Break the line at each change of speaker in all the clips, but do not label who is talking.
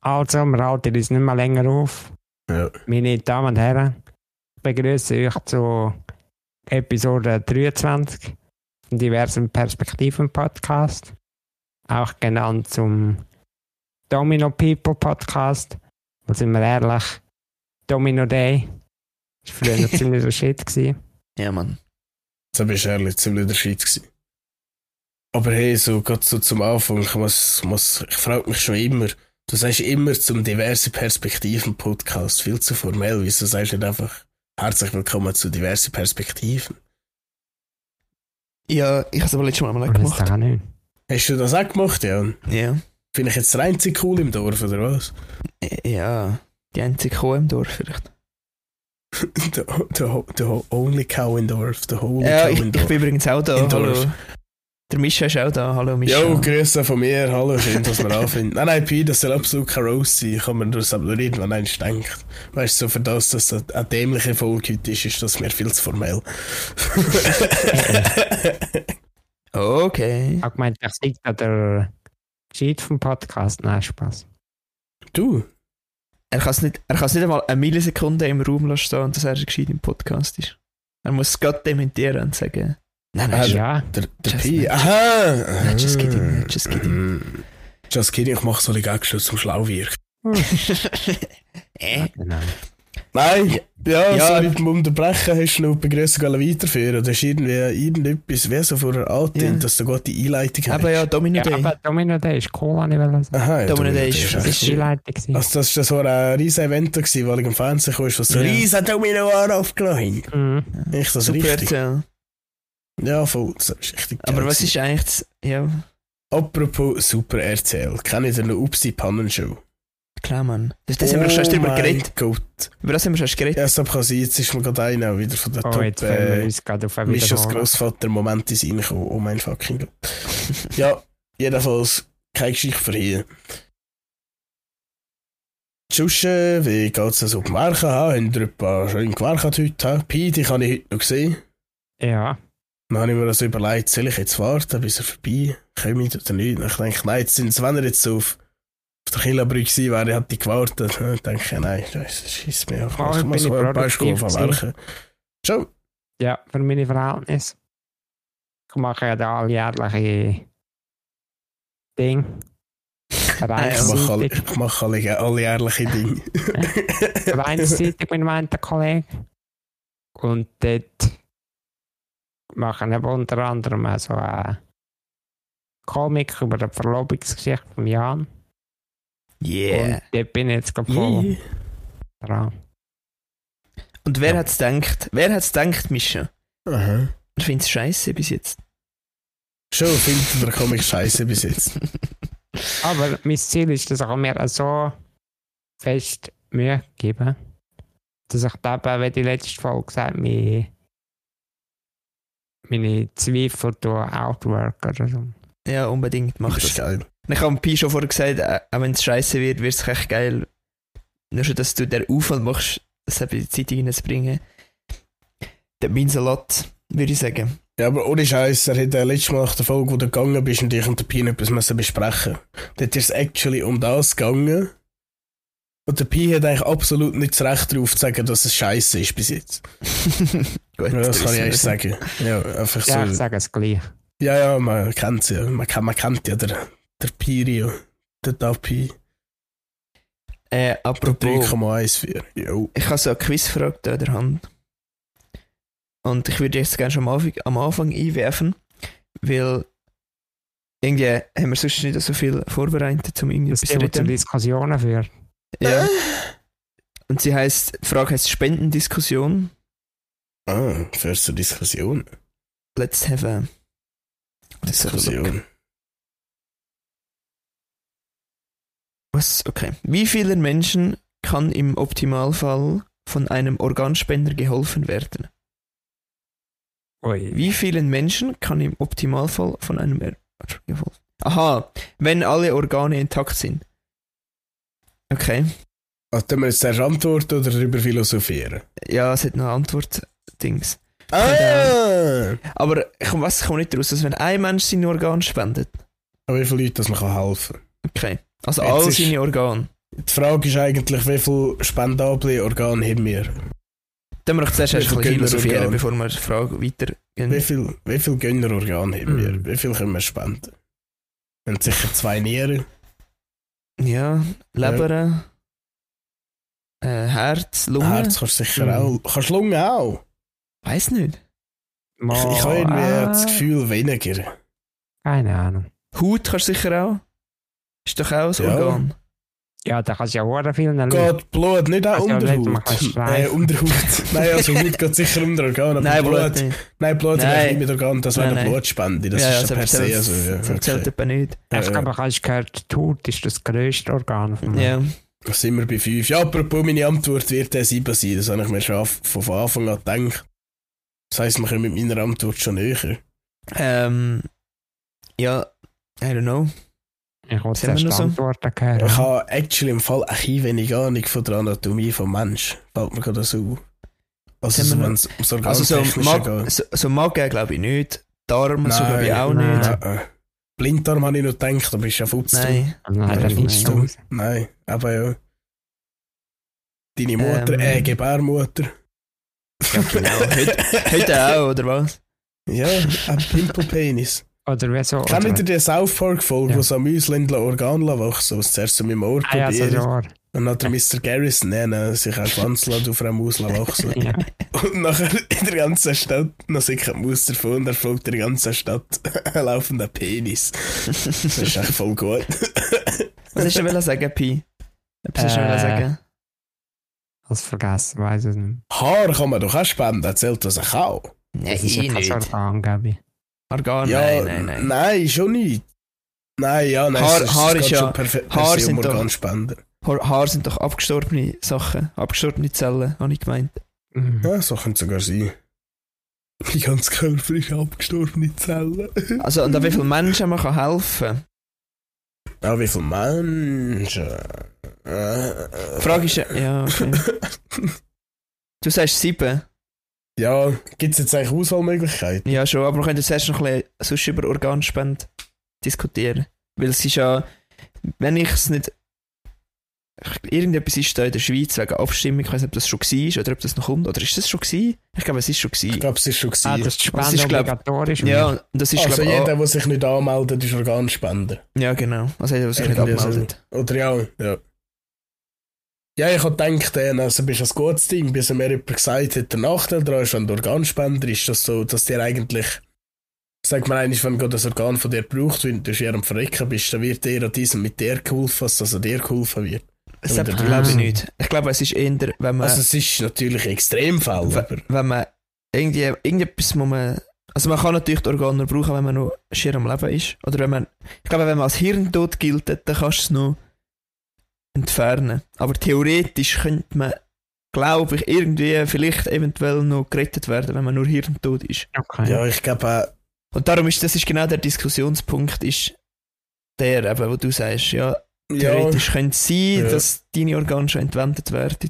Also, wir halten uns nicht mehr länger auf.
Ja.
Meine Damen und Herren, ich begrüße euch zu Episode 23 vom diversen Perspektiven-Podcast, auch genannt zum Domino People Podcast. Und sind wir ehrlich, Domino Day ist früher noch ziemlich so shit gewesen.
Ja, Mann.
Da bist du ehrlich ziemlich der Scheiß gewesen. Aber hey, so gerade so zum Anfang, ich muss, muss, ich frage mich schon immer, du sagst immer zum diverse Perspektiven Podcast, viel zu formell, wieso sagst du nicht einfach herzlich willkommen zu diverse Perspektiven?
Ja, ich habe es aber letztes Mal mal
Und das ist
gemacht.
doch auch nicht.
Hast du das auch gemacht, Jan?
Ja.
Bin ich jetzt der einzige cool im Dorf, oder was?
Ja. Die einzige Kuh im Dorf vielleicht.
the, the, the only cow in Dorf, the holy
ja,
cow
ich,
in
ich
Dorf.
bin übrigens auch da.
Im Dorf.
Hallo. Der Mischa ist auch da. Hallo, Mischa.
Jo, Grüße von mir, hallo, schön, dass wir anfinden. Nein, nein, Pi, das soll absolut kein Roast sein, ich habe mir das aber irgendwann eins gedacht. Weißt du, so für das, dass das eine dämliche Folge heute ist, ist das mir viel zu formell.
Okay.
Ich habe gemeint, ich sehe da der Cheat vom Podcast. Nein, Spaß.
du?
Er kann es nicht, er kann's nicht einmal eine Millisekunde im Raum lassen stehen, und dass er gescheit im Podcast ist. Er muss es gerade dementieren und sagen. Nein, nein,
Ah,
ist-
Ja,
Der, der
Just
Pi?
kidding.
Aha! Ah.
Nein, just kidding, just kidding.
Mm. Just kidding, ich mache so die Gegenstöße zum Schlauwirk.
äh,
genau.
Nein, ja,
Ja.
sorry beim Unterbrechen, hast du noch Begrüßung weiterführen. Das ist irgendwie irgendetwas, wer so vorher angedient,
Ja.
dass du gerade die Einleitung hast.
aber ja, Domino
Ja,
Day.
aber Domino Day ist cool, habe ich wollte sagen.
Aha, ja,
Domino
Domino Day
Day ist-
ist
Das ist
echt
die Leitung. gewesen.
Also das war so ein riesen Event, gewesen, weil ich im Fernsehen kam, was so
Ja.
riesen Domino war aufgenommen.
Mhm.
Echt das
Super
richtig?
RTL.
Ja, voll, das ist richtig geil
Aber was
gewesen.
ist eigentlich das, Ja,
Apropos Super RTL, kenne ich den Upsi Pannenshow?
klar, Mann. Das, das haben wir schon drüber
Oh mein
geredet.
Gott.
Über das haben wir schon geredet.
Ja, so kann sein, jetzt ist mir gerade einer wieder von der
Oh, jetzt
Top...
werden wir
Äh,
uns gerade auf ein
Mischas
Wiederholen.
Grossvater Moment ins Reinkommen. Oh mein fucking Gott. Ja, jedenfalls keine Geschichte für hier. Sonst, äh, wie geht's denn so gemerkt? Haben wir ein paar schön gemerkt heute? hä? Pi, die habe ich heute noch gesehen.
Ja,
Dann habe ich mir also überlegt, soll ich jetzt warten, bis er vorbei kommt oder nicht? Und ich denke, nein, jetzt sind wenn er jetzt auf, auf der Killerbrücke gewesen wäre, hätte ich gewartet. Dann denke ich, nein, das schießt mir auf.
Oh, ich
ich muss
bin
mal ein paar
produktiv
Stunden
gewesen.
verwerken. Schon.
ja, für meine Verhältnisse. Ich mache ja da alljährliche Dinge.
Ich mache alle,
Reichsseitig.
ich mache alle, alle ehrlichen Dinge.
Reichsseitig mit meinem Kollegen. Und dort machen wir unter anderem auch so eine eh, Comic über die Verlobungsgeschichte von Jan.
Yeah.
Und dort bin ich jetzt gerade voll dran.
Und wer hat's gedacht? Wer hat's gedacht, Mischa?
Aha.
Ich find's scheiße bis jetzt.
Schon findet der Comic scheiße bis jetzt.
Aber mein Ziel ist, dass ich mir so fest Mühe gebe, dass ich eben, wie die letzte Folge gesagt meine, meine Zweifel durch Outwork oder so.
Ja, unbedingt, mach
Das ist
das.
geil.
Und Ich habe Pi schon vorher gesagt, äh, auch wenn es scheiße wird, wird es echt geil. Nur schon, dass du den Aufwand machst, das eben in die Zeitung reinzubringen. Der Minsalat, würde ich sagen.
Ja, aber ohne Scheiß, er hat äh, letztes Mal nach der Folge, wo du gegangen bist und ich und der Pi etwas müssen besprechen Dort ist es actually um das gegangen. Und der Pi hat eigentlich absolut nicht das Recht darauf zu sagen, dass es scheiße ist bis jetzt.
Gut,
Ja, das kann ich
wissen wir.
echt sagen. Ja, einfach
Ja, ich
so.
sage es gleich.
Ja, ja, man kennt ja. Man, kann, man kennt ja den, den Pirio. Den Da Pi.
Äh, apropos,
3,14. Jo.
ich habe so eine Quizfrage da in der Hand. Und ich würde jetzt gerne schon am Anfang, am Anfang einwerfen, weil irgendwie haben wir sonst nicht so viel vorbereitet, um
Das
irgendwas zu
ist zu
reden.
Diskussionen führt.
Ja. Und sie heißt, die Frage heißt Spendendiskussion.
Ah, führst du Diskussion?
Let's have a let's have a look.
Diskussion.
Was? Okay. Wie vielen Menschen kann im Optimalfall von einem Organspender geholfen werden?
Ui.
Wie vielen Menschen kann im Optimalfall von einem er geholfen? Aha, wenn alle Organe intakt sind. Okay.
Also, tun wir jetzt erst antworten oder darüber philosophieren?
Ja, es hat noch Antwort-Dings.
Ah!
Aber ich, was kommt nicht daraus, dass wenn ein Mensch seine Organe spendet?
Ah, Aber wie viele Leute, dass man kann helfen
Okay. Also
Jetzt
all
ist-
seine Organe.
Die Frage ist eigentlich, wie viel spendable Organe haben wir?
Dann möchte ich zuerst erst ein bisschen
Gönner
philosophieren,
Organ.
bevor wir die Frage
Wie
weitergehen.
viel, wie viel Gönnerorgane haben
Mhm.
wir? Wie viel können wir spenden? Wir haben sicher zwei Nieren,
Ja, Leber, äh, Herz, Lunge.
Herz kannst du sicher
Mhm.
auch. Kannst du Lunge auch?
Weiß nicht.
Ich, ich habe irgendwie
Ah.
das Gefühl weniger.
Keine Ahnung.
Haut kannst du sicher auch. Ist doch auch ein
Ja.
Organ.
Ja, da kannst du ja hure viel nehmen.
Geht Blut nicht auch
Also,
um der
nicht, man kann
Haut? Nein,
schleifen.
um der Haut. Nein, also Haut geht sicher um der Organe. aber
Nein, Blut nicht.
Nein, Blut
Nein.
nein. mit Organen, das wäre
Nein,
eine
nein.
Blutspende. Das
ja,
ist ja
ja,
per
selbst-
se. Also, ja,
selbst- selbst
okay.
zählt etwa nicht.
Ich
Ja,
glaube, ich habe gehört, die Haut ist das grösste Organ.
Mhm.
vom-
Ja.
Da sind wir bei 5. Ja, apropos, meine Antwort wird der 7 sein. Das habe ich mir schon af- von Anfang an gedacht. Das heisst, wir kommen mit meiner Antwort schon näher.
Ähm, ja, I don't know.
Ich wollte
Sind wir
zuerst
noch so?
Antworten hören.
Ich habe actually im Fall ein bisschen wenig Ahnung von der Anatomie des Menschen. Fällt mir gerade so auf. Also,
Sind
so,
wir-
wenn es ums
Also so,
Organtechnische
Mag
geht.
so, so Magen glaube ich nicht. Darm so
Nein.
glaube ich auch
Nein.
nicht.
so-
Nein, äh. Blinddarm habe ich noch gedacht, aber ist ja futz dumm.
Nein.
Nein, das
Ja,
ist
stimmt.
nicht
Nein, aber ja. Deine Mutter,
Ähm.
äh, Gebärmutter.
Ja, genau.
Heute,
Heute auch, oder was?
Ja, ein Pimpelpenis.
Oder wie so. oder-
Kennt ihr die South Park-Folge,
Ja.
wo so ein Mäuschen Organ wachsen was zuerst zu meinem Ohr
Ah, ja, so
probiert?
Jahr.
Und dann hat der Mr. Garrison nein, sich auch Schwanz lässt auf einer Maus wachsen
Ja.
Und nachher in der ganzen Stadt, dann sinkt die Maus davon und er folgt der ganzen Stadt ein laufender Penis. Das ist echt voll gut.
Was hast du denn sagen, Pi? Was hast du
Äh.
denn sagen?
Hast vergessen, weiß es nicht.
Haar kann man doch auch spenden, erzählt das auch. auch.
Nein,
Das ist ja kein Organ, Gabi.
Organ,
ja,
Oh, nein, nein, nein.
schon nicht. Nein, ja, nein,
Haar-
sonst-
Haar
es
ist
geht
ja-
schon perfekt.
Haar
Haar sind
sind doch-
Organspender.
Haar, Haar sind doch abgestorbene Sachen, abgestorbene Zellen, habe ich gemeint.
Mhm.
Ja, so könnte es sogar sein. Die ganze Körper ist abgestorbene Zellen.
Also, und an wie viele Menschen man kann helfen
Ah, wie viele Menschen? Äh,
kann?
äh,
Die Frage ist ja, ja, okay. Du sagst sieben.
ja, gibt es jetzt eigentlich Auswahlmöglichkeiten?
Ja, schon, aber wir können jetzt erst noch ein bisschen sonst über Organspende diskutieren. Weil es ist ja, wenn ich es nicht. Irgendetwas ist da in der Schweiz wegen Abstimmung, ich weiß nicht, ob das schon war oder ob das noch kommt. Oder ist das schon gewesen? Ich glaube, es ist schon
Ich
gewesen.
glaube, es ist schon
Ah,
gewesen.
das ist
Das ist,
spannend,
glaub-
obligatorisch.
Ja, und das ist,
also
glaube ich, ah.
jeder, der sich nicht anmeldet, ist Organspender.
auch- Ja, genau. Also, jeder, der sich nicht
Irgendwie so.
abmeldet.
Oder ja, ja. Ja, ich habe gedacht, äh, also bist du ein gutes Team, bis mir jemand gesagt hat, der Nachteil daran ist, wenn du Organspender ist, dass, so, dass dir eigentlich, sag mal eigentlich, wenn Gott das Organ von dir braucht, wenn du schwer am Verrecken bist, dann wird dir an diesem mit dir geholfen, dass also dir geholfen wird.
Das
Oder
glaube ich
draußen.
nicht. Ich glaube, es ist eher, wenn man.
Also es ist natürlich ein Extremfall,
W-
aber
wenn man irgendwie, irgendetwas muss man, also man kann natürlich die Organe nur brauchen, wenn man noch schier am Leben ist. Oder wenn man, ich glaube, wenn man als Hirntod gilt, dann kannst du es noch entfernen. Aber theoretisch könnte man, glaube ich, irgendwie vielleicht eventuell noch gerettet werden, wenn man nur Hirntod ist.
Okay.
ja, ich glaube auch,
Und darum ist, das ist genau der Diskussionspunkt, ist der eben, wo du sagst, ja,
ja,
theoretisch könnte es sein,
Ja.
dass deine Organe schon entwendet werden.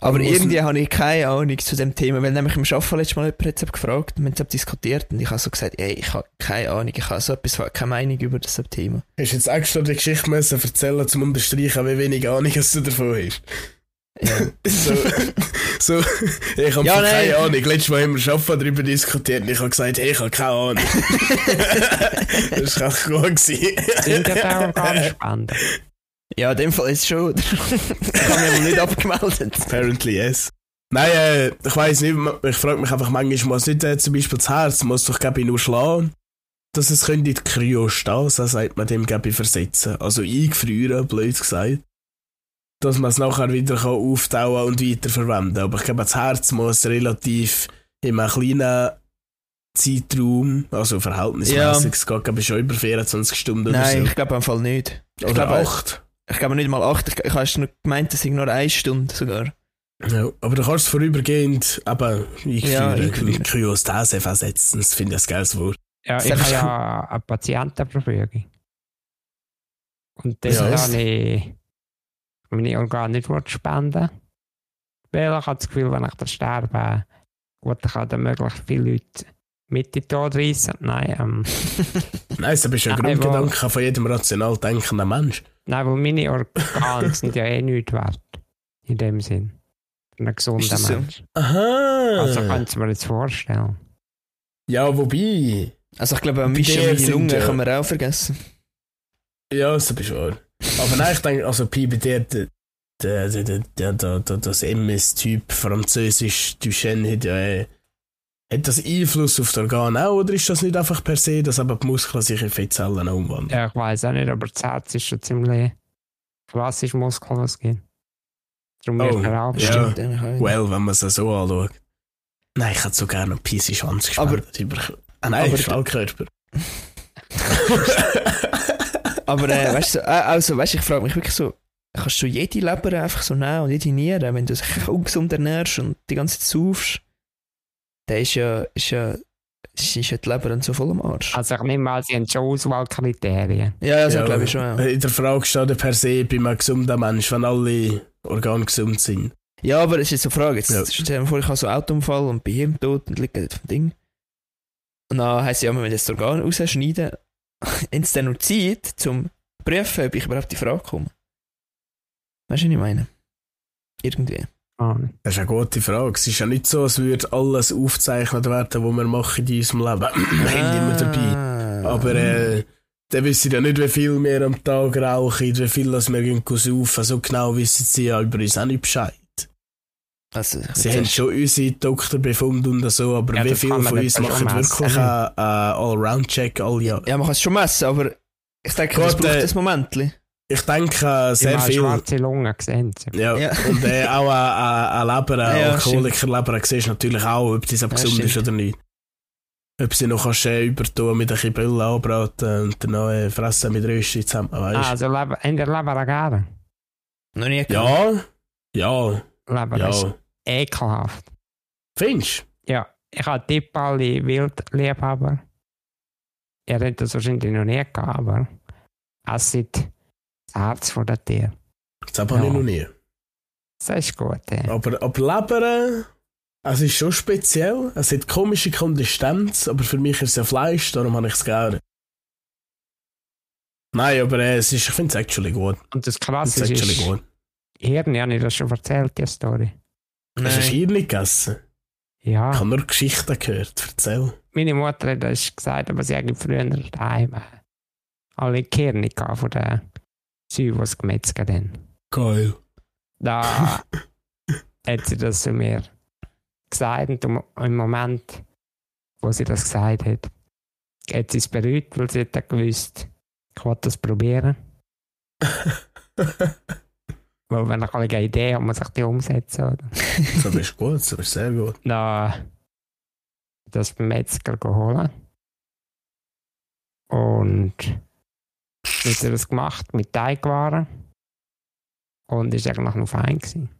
Aber
Man muss-
irgendwie habe ich keine Ahnung zu dem Thema, weil nämlich im Schaffen letztes Mal jemand hat es gefragt und wir haben es diskutiert und ich habe so gesagt, ey, ich habe keine Ahnung, ich habe so etwas, keine Meinung über das Thema.
hast jetzt extra die Geschichte müssen erzählen, zum unterstreichen, wie wenig Ahnung es du davon hast.
Ja.
So, so, ich habe
Ja,
von keine
nein.
Ahnung. Letztes Mal haben wir Schaffen darüber diskutiert und ich habe gesagt, hey, ich habe keine Ahnung. das war echt gut.
Sind das auch
gewesen.
Organspender?
ja, in dem Fall ist es schon. oder? ich habe mich aber nicht abgemeldet.
Apparently yes. Nein, äh, ich weiß nicht, ma- ich frage mich einfach manchmal, muss nicht äh, zum Beispiel das Herz, muss doch glaube ich nur schlagen, dass es könnte in die Kryostase, sagt man dem glaube ich, versetzen. Also eingefrieren, blöd gesagt. Dass man es nachher wieder kann auftauen und weiterverwenden kann. Aber ich glaube, das Herz muss relativ in einem kleinen Zeitraum, also verhältnismäßig, es geht glaube ich schon über 24 Stunden
Nein,
oder
ich glaube im Fall nicht.
so.
ich
Oder
glaube-
8.
Ich glaube nicht mal acht, ich, ich habe erst noch gemeint, es sind nur eine Stunde sogar.
Ja, aber du kannst es vorübergehend eben
Ja,
einführen.
einführen.
Ja, Kuriosität versetzen, das finde ich ein geiles Wort.
Ja, ich
Selbst-
habe ja eine Patientenverfügung. Und das
Das
ja,
heisst?
habe ich meine Organe nicht wollen spenden. Weil ich habe das Gefühl, wenn ich dann sterbe, will ich auch dann möglichst viele Leute Mitte tot reissen. Nein, ähm,
Nein, das ist ein
Nein,
Grundgedanke von jedem rational denkenden Mensch.
nein, weil meine Organe sind ja eh nichts wert. In dem Sinn. Für einen
Ist
gesunden
das so?
Mensch.
Aha!
Also kannst du mir jetzt vorstellen.
ja, wobei.
Also ich glaube,
Bei dir
Mische meine
sind
Lunge
ja-
können wir auch vergessen.
Ja, das ist wahr. Aber nein, ich denke, also Pi bei dir, der, der, der, der, der, der, der, das MS-Typ Französisch, Duchenne, hat ja äh, hat das Einfluss auf das Organ auch, oder ist das nicht einfach per se, dass eben die Muskeln sich in Fettzellen umwandeln?
Ja, ich weiß auch nicht, aber das Herz ist schon ziemlich klassisch Muskel, was es gibt. Darum
Oh,
wird er
Ja.
abgestimmt.
Stimmt, eigentlich auch nicht.
Well, wenn man es so anschaut. Nein, ich hätte so gerne einen Pissi-Schwanz gespendet. über, ah, nein,
aber-
Schwellkörper.
Aber äh, weißt du, äh, also, weißt, du, ich frage mich wirklich so, kannst du jede Leber einfach so nehmen und jede Niere, wenn du dich ungesund ernährst und die ganze Zeit saufst, dann ist ja, ist ja, ist, ist ja die Leber dann so voll am Arsch.
Also ich nehme mal, sie haben schon Auswahlkriterien.
Ja, so
Ja,
glaube ich schon. Ja.
In der Frage steht ja per se bei einem gesunden Mensch, wenn alle Organe gesund sind.
ja, aber es ist jetzt so eine Frage. Jetzt
Ja.
stell dir mal vor, ich habe so einen Autounfall und bin hier tot und liege vom Ding. Und dann heisst es ja, wir müssen jetzt das Organ rausschneiden. Haben sie dann noch Zeit, um zu prüfen, ob ich überhaupt auf die Frage komme? Weißt du, was ich meine? Irgendwie.
Ah,
Das ist eine gute Frage. Es ist ja nicht so, als würde alles aufgezeichnet werden, was wir machen in unserem Leben. Wir sind immer dabei.
Ah.
Aber äh, dann wissen sie ja nicht, wie viel wir am Tag rauchen, wie viel dass wir gehen saufen. So genau wissen sie ja über uns auch nicht Bescheid.
Also,
Sie haben schon unsere Doktorbefund und so, aber
Ja,
wie
das
viel
kann man
von
nicht
uns
so
machen
messen.
wirklich einen äh, Allround-Check all Jahr?
Ja, man kann es schon messen, aber ich denke,
Gut,
das braucht
äh,
ein Moment.
Ich denke,
Sehr
äh, sehr viel.
schwarze Lunge gesehen. Sie.
Ja.
Ja.
Und äh, auch ein äh, äh, Leber, ein
Ja,
Alkoholikerleber, siehst du natürlich auch, ob das ja, gesund ist
stimmt.
oder nicht. Ob sie noch kannst, äh, übertun mit ein bisschen Brille anbraten und dann noch äh, fressen mit Rösti zusammen,
Ah,
weißt
also Leber- in der Leberagare.
Noch nie
du? Ja, ja,
Leber ist
ja.
ekelhaft.
Findest
Ja, ich habe Tipp alle Wildliebhaber. Ihr hättet das wahrscheinlich noch nie gehabt, aber es ist das Herz von der Tier.
du? Das habe ich
Ja.
noch nie.
Das ist gut, ja.
Aber ab Leber, äh, es ist schon speziell. Es hat komische Konsistenz, aber für mich ist es ja Fleisch, darum habe ich es gerne. Nein, aber äh, es ist, ich finde es actually gut.
Und das
Also, Es
Klassische
ist actually
ist,
gut.
Hirn, ja, ich das schon erzählt, die Story.
Hast du
Nein.
Schirr nicht gegessen?
Ja.
Ich habe nur Geschichten gehört, erzähl.
meine Mutter hat das gesagt, aber sie hat früher daheim äh, alle Kirne gehabt von den Säuen, die sie gemetzt haben.
Geil.
Da hat sie das zu mir gesagt und im- im Moment, wo sie das gesagt hat, hat sie es bereut, weil sie hat dann gewusst, ich wollte das probieren. Weil wenn ich eine Idee hat, muss ich die umsetzen. Oder?
so bist du gut, so bist du sehr gut.
da das beim Metzger geholt. Und dann hat er das gemacht mit Teigwaren. Und ist eigentlich noch fein gewesen.
Ist,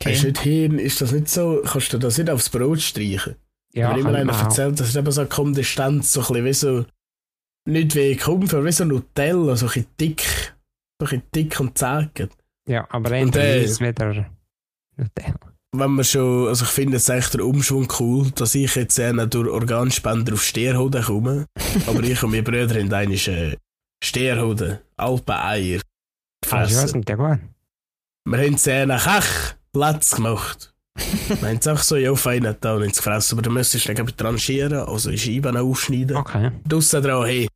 Okay.
nicht Hirn, ist das nicht so, kannst du das nicht aufs Brot streichen? Ja, Wenn
kann
immer
man
einer
auch.
erzählt, das ist eben so eine Konsistenz, so ein bisschen wie so, nicht wie Kumpfer, wie so Nutella, so ein bisschen dick, so ein bisschen dick und zägend.
Ja, aber
Und, äh,
endlich ist wieder Nutella.
Wenn man schon, also ich finde jetzt echt den Umschwung cool, dass ich jetzt äh, durch Organspender auf Stierhoden komme, aber ich und meine Brüder haben eine äh, Stierhoden, Alpeneier
Ah, ja,
gefressen.
sind ja gut.
Wir haben sie nach Ach, Platz gemacht. Wir haben es auch so ja fein getan und haben es gefressen. Aber du müsstest nicht eben tranchieren, also in Scheiben aufschneiden.
Okay.
Draussen dran, hey.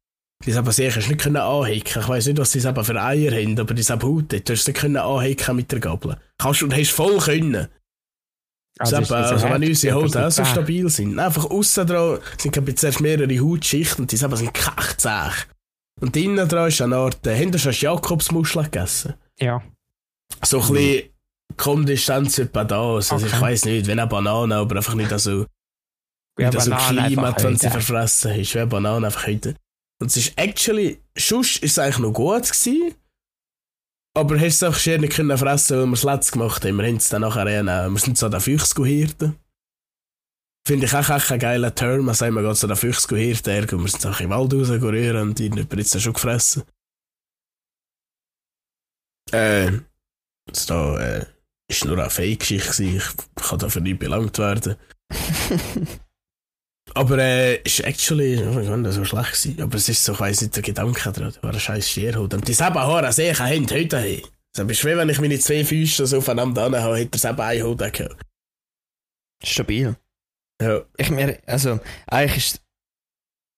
Die haben sicher nicht können anhaken. Ich weiss nicht, was die eben für Eier haben, aber die haben Haut. Du hast sie nicht können anhaken mit der Gabel. Kannst und hast voll können. Also,
ist
eben,
das
also wenn
recht,
unsere
oder
Haut
sind
auch so
zäh?
stabil sind. Einfach aussen dran sind glaub ich, zuerst mehrere Hautschichten und die eben sind kachzäh. Und innen dran ist eine Art, äh, haben schon Jakobsmuschel gegessen?
Ja,
so ein bisschen Konsistenz etwa da. Also
Mhm. Okay.
Ich weiß nicht, wenn eine Banane, aber einfach nicht so,
ja
nicht so geschrieben hat, wenn sie
heute.
verfressen ist. Wie eine Banane einfach heute. Und es ist actually, sonst ist es eigentlich noch gut gewesen, aber hast es einfach schön nicht können fressen, weil wir es letztes gemacht haben. Wir haben es dann nachher eh nehmen. Wir sind so an den Füchskuhhirten. Finde ich auch echt einen geilen Term. Man sagt, man geht zu den Füchskuhhirten, ergo, wir sind einfach im Wald rausgerühren und die haben jetzt schon gefressen. Äh, das da, äh, ist nur eine Fake-Geschichte gewesen. Ich kann dafür nicht belangt werden. Aber äh, ist actually, oh mein Gott, das war schlecht gewesen. Aber es ist so, ich weiss nicht, der Gedanke dran, war ein scheiß Schierhut. Und die selben Haare sehe ich auch heute heute. hey. Es ist schwer, wenn ich meine zwei Füße so aufeinander anhabe, hätte er selber einen Hut auch gehabt.
Stabil.
Ja,
Ich meine, also, eigentlich ist,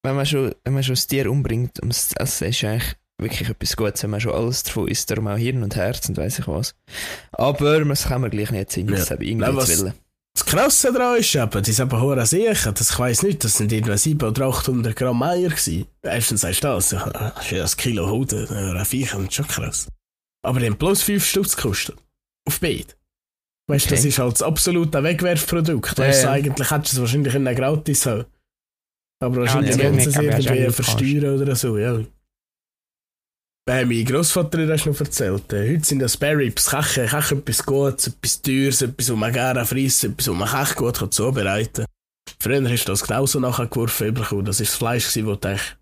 wenn man schon, wenn man schon das Tier umbringt, um es zu essen, ist eigentlich wirklich etwas Gutes, wenn man schon alles davon isst, darum auch Hirn und Herz und weiss ich was. Aber das kann man gleich nicht sehen, das
Ja.
habe ich irgendwie
Nein, was-
zu willen.
das Krasse daran ist eben, die selben Haare sehe ich, das ich weiss nicht, das sind irgendwie 700 oder 800 Gramm Eier gewesen. Erstens sagst du das, ja, das ist ja ein Kilo Haut, äh, ein Viecher, das ist schon krass. Aber die haben bloß 5 Stutz gekostet. Auf beide. Weißt du, das
Okay.
ist halt das absolute Wegwerfprodukt. Weißt du,
Ja, ja.
eigentlich hättest du es wahrscheinlich in gratis haben. Aber wahrscheinlich
das
ja,
geht
sie
nicht,
es
aber hast du
irgendwie
auch nicht
versteuern oder so, ja. Äh, mein Großvater hat noch erzählt, äh, heute sind das Sparrows, Kachen, Kachen etwas Gutes, etwas Teures, etwas, was man gerne frisst, etwas, was man echt gut kann zubereiten Früher hast du das genauso nachgeworfen bekommen, das war das Fleisch, gewesen, wo du denkst,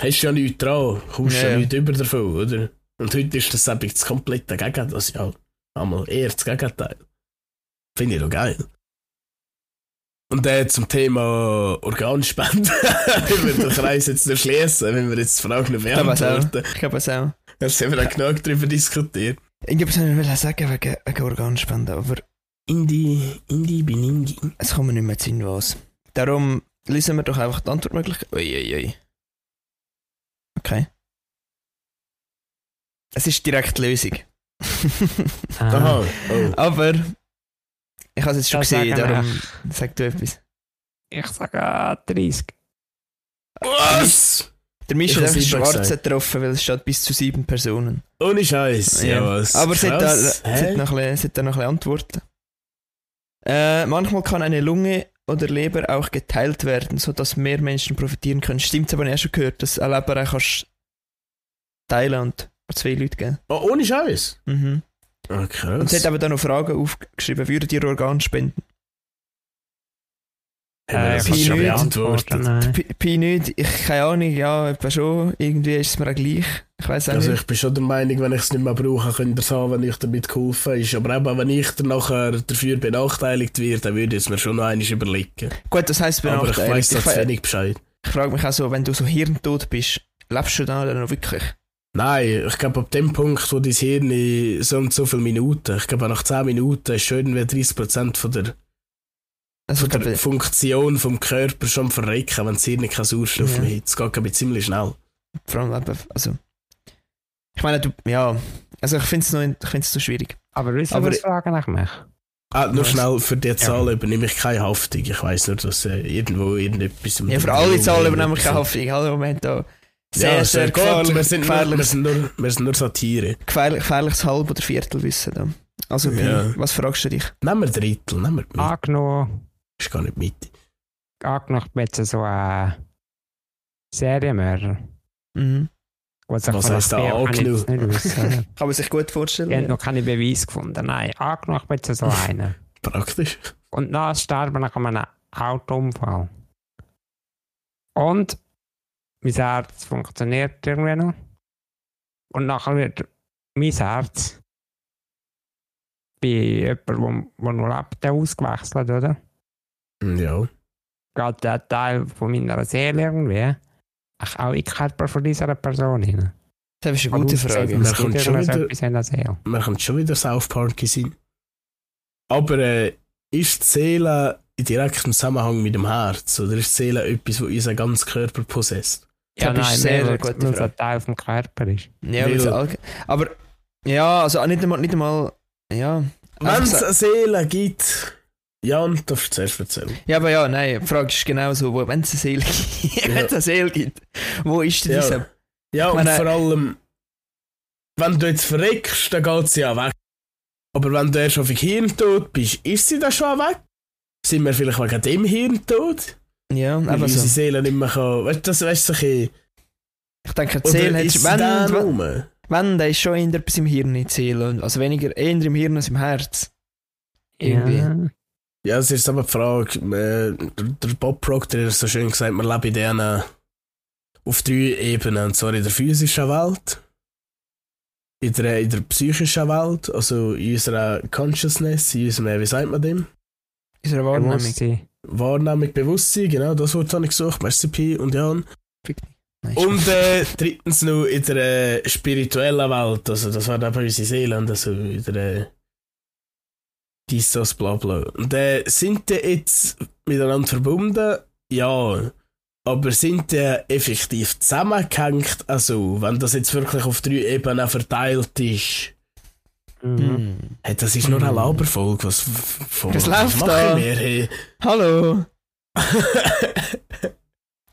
hast ja nichts dran, kommst
Ja,
ja
ja.
nichts über davon, oder? Und heute ist das eben das komplette Gegenteil, das ist ja einmal eher das Gegenteil. Finde ich doch geil. Und äh, zum Thema Organspende, wenn wir den Kreis jetzt noch schließen, wenn wir jetzt die Frage nicht
glaube, es auch.
beantworten.
Ich glaube es auch.
Da haben wir auch genug darüber diskutiert.
Irgendwas wollte ich noch sagen wegen, wegen Organspende, aber
Indie, Indie bin Indie.
es kommt mir nicht mehr zu Sinn, was. Darum lesen wir doch einfach die Antwortmöglichkeit. Uiuiui. Okay. Es ist direkt die Lösung.
Ah,
Aha, oh.
Aber ich habe es jetzt schon
Das
gesehen,
sagen wir.
darum sag du etwas.
ich sage ah, 30.
Oh. Was?
Der
Ich
Michel hat
hab's
einfach
lieber
schwarz
gesagt.
getroffen, weil es steht bis zu sieben Personen.
Ohne Scheiß. Ja, was?
Aber sie hat da,
Krass.
sie hat
Hä?
noch ein bisschen- sie hat da noch ein bisschen Antworten. Äh, manchmal kann eine Lunge oder Leber auch geteilt werden, sodass mehr Menschen profitieren können. Stimmt's aber nicht schon gehört, dass eine Leber auch kannst teilen und zwei Leute geben.
Oh, ohne Scheiß.
Mhm.
Ah,
Und
krass.
sie hat aber dann noch Fragen aufgeschrieben, würdet ihr Organ spenden?
Haben wir
ich
das
kann
Pi
schon
nicht
beantwortet.
Äh, nein.
Pi- Pi nicht, ich keine Ahnung, ja, etwa schon, irgendwie ist es mir auch gleich. Ich weiß auch
Also
nicht.
ich bin schon der Meinung, wenn ich es nicht mehr brauche, könnt ihr es haben, wenn ich damit geholfen ist. Aber eben, wenn ich dann nachher dafür benachteiligt werde, dann würde ich es mir schon noch einmal überlegen.
Gut, das heisst,
Aber ich
benachteiligt.
weiss da
Ich
zu
we-
wenig Bescheid.
Ich frage mich auch so, wenn du so hirntot bist, lebst du da dann noch wirklich?
Nein, ich glaube ab dem Punkt, wo dein Hirn in so und so viele Minuten, ich glaube nach 10 Minuten ist schon irgendwie 30% von der, von
Also, ich glaube,
der Funktion vom Körper schon am verrecken, wenn das Hirn keinen Sauerstoff
Ja.
mehr hat. Das geht glaube ich ziemlich schnell.
vor allem eben, also. Ich meine, du, ja, also ich finde es noch, ich find's noch schwierig.
Aber wissen
Aber-
wir Fragen nach mich?
Ah, nur
Was?
schnell, für die Zahl übernehme ich keine Haftung. Ich weiss nur, dass äh, irgendwo irgendetwas... im
Ja, für alle Zahlen übernehmen wir
Ja,
keine Hoffnung. Hallo, Moment da. Sehr,
ja,
sehr
gut, wir
gefährlich,
sind, nur, wir,
gefährliches,
sind nur, wir sind nur Satire.
gefährlich, gefährliches Halb- oder Viertelwissen da. Also, Pi,
Ja.
was fragst du dich?
Nehmen wir Drittel, nehmen wir die Mitte.
Angenommen,
Ist gar nicht Mitte.
angenommen, ich bin jetzt so äh, ein Serienmörder.
Mhm.
Was, ich
Was
vielleicht
heisst da
bin, kann ich jetzt
angenommen?
nicht wissen.
Kann man sich gut vorstellen.
Ich habe noch keine Beweise gefunden. Nein, angenommen, ich bin jetzt so einer.
Praktisch.
Und dann sterben nach einem Autounfall. Und mein Herz funktioniert irgendwie noch. Und nachher wird mein Herz bei jemandem, der noch lebt, ausgewechselt, oder?
Hm, Ja.
Geht der Teil von meiner Seele irgendwie auch in den Körper von dieser Person hinein?
Das ist eine gute Frage.
Es
Da kommt
gibt
schon
irgendwas
wieder-
etwas in der Seele.
Man könnte schon wieder South Park sein. Aber äh, ist die Seele in direktem Zusammenhang mit dem Herz? Oder ist die Seele etwas, was unseren ganzen Körper possesst?
Ja,
Das ist
nein,
sehr
mehr,
eine
weil
gute
weil es
Frage.
ein Teil vom Körper ist.
Ja, weil es
Weil-
allge- aber, ja, also nicht einmal, nicht einmal, ja.
Wenn es
Also-
eine Seele gibt. Jan, darfst du zuerst erzählen.
Ja, aber ja, nein, die Frage ist genau so, wenn es eine Seele gibt, wenn's eine Seele gibt, wo ist denn
Ja.
diese?
Ja,
Ich
und
meine-
vor allem, wenn du jetzt verreckst, dann geht sie ja weg. Aber wenn du erst auf den Hirntod bist, ist sie dann schon weg? Sind wir vielleicht wegen dem Hirntod?
Ja,
Weil
aber
unsere
so.
Seele nicht mehr kann. Weißt du, das weißt du, so ein bisschen-
Ich denke, die
Oder
Seele hat
ist sie
wenn,
dann
wenn,
rum?
wenn, dann ist schon eher etwas im Hirn in die Seele, und- also weniger eher im Hirn als im Herz. Irgendwie.
Ja.
Ja, es ist aber die Frage, äh, der, der Bob Proctor hat so schön gesagt, wir leben in diesen äh, auf drei Ebenen, und zwar in der physischen Welt, in der, in der psychischen Welt, also in unserer Consciousness, in unserem, wie sagt man dem?
Unsere Wahrnehmung.
Bewusstsein.
Wahrnehmung, Bewusstsein, genau, das Wort habe ich gesucht. Merci, Pi und Jan.
Fick
Nein,
Und äh, drittens noch in der äh, spirituellen Welt, also das war eben unsere Seele, und also in der äh, dies, das, bla bla. Und äh, sind die jetzt miteinander verbunden? Ja. Aber sind die effektiv zusammengehängt? Also, wenn das jetzt wirklich auf drei Ebenen verteilt ist,
Mhm.
Hm.
hey, das ist nur eine Laberfolge. Was, was,
Mhm. Das
was
läuft
machen
da.
wir hier?
Hallo!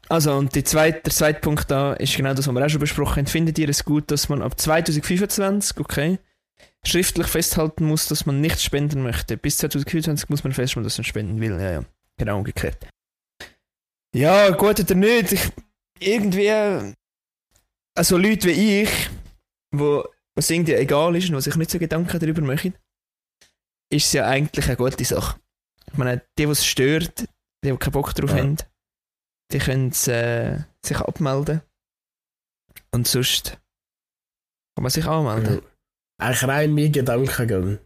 Also, und die zweite, der zweite Punkt da ist genau das, was wir auch schon besprochen haben. Findet ihr es gut, dass man ab 2025, okay, schriftlich festhalten muss, dass man nicht spenden möchte? Bis 2025 muss man feststellen, dass man spenden will. Ja, ja. Genau umgekehrt. Ja, gut oder nicht. Ich, irgendwie. Also, Leute wie ich, wo was irgendwie egal ist und was ich nicht so Gedanken darüber machen, ist es ja eigentlich eine gute Sache. Ich meine, die, die es stört, die, die keinen Bock drauf
Ja.
haben, die können es, äh, sich abmelden. Und sonst kann man sich anmelden.
Eigentlich rein mir Gedanken gehen.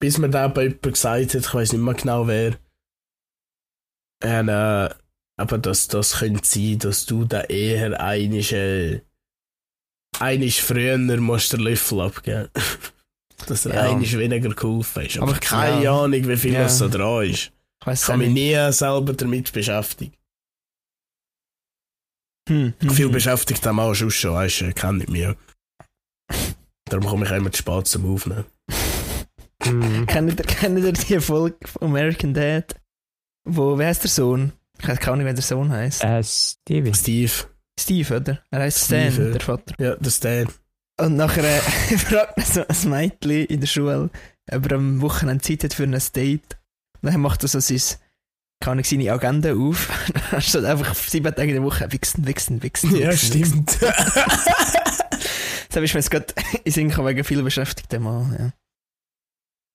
Bis mir da bei jemandem gesagt hat, ich weiß nicht mehr genau wer. Und, äh, aber das, das könnte sein, dass du da eher einisch, äh, einisch früher musst den Löffel abgeben. dass er
Ja.
einisch weniger geholfen ist. Aber,
Aber
keine
ja.
Ahnung, wie viel
Ja.
das so dran ist.
Ich weiß
Ich
es
kann
auch
mich
nicht.
nie selber damit beschäftigen.
Hm, hm,
Viel
hm.
beschäftigt haben wir auch schon, weißt du, kennt nicht mehr. Darum komme ich auch immer zu spät zum Aufnehmen.
Mhm.
Kennt ihr, kennt ihr die Folge von American Dad? Wo, wer heißt der Sohn? Ich weiß gar nicht, wer der Sohn heißt.
Äh, Stevie.
Steve,
Steve, oder? Er heißt Stan,
Steve, ja.
der Vater.
ja, der Stan.
Und nachher äh, fragt so ein Mädchen in der Schule, ob er am Wochenende Zeit hat für ein Date. Und dann macht er so sein, keine Ahnung, seine Agenda auf. Dann steht einfach sieben Tage in der Woche wichsen, wichsen, wichsen.
Ja,
wichsen, wichsen.
stimmt.
Das habe ich mir jetzt gerade in den Sinn gekommen, wegen viel beschäftigtem Mann.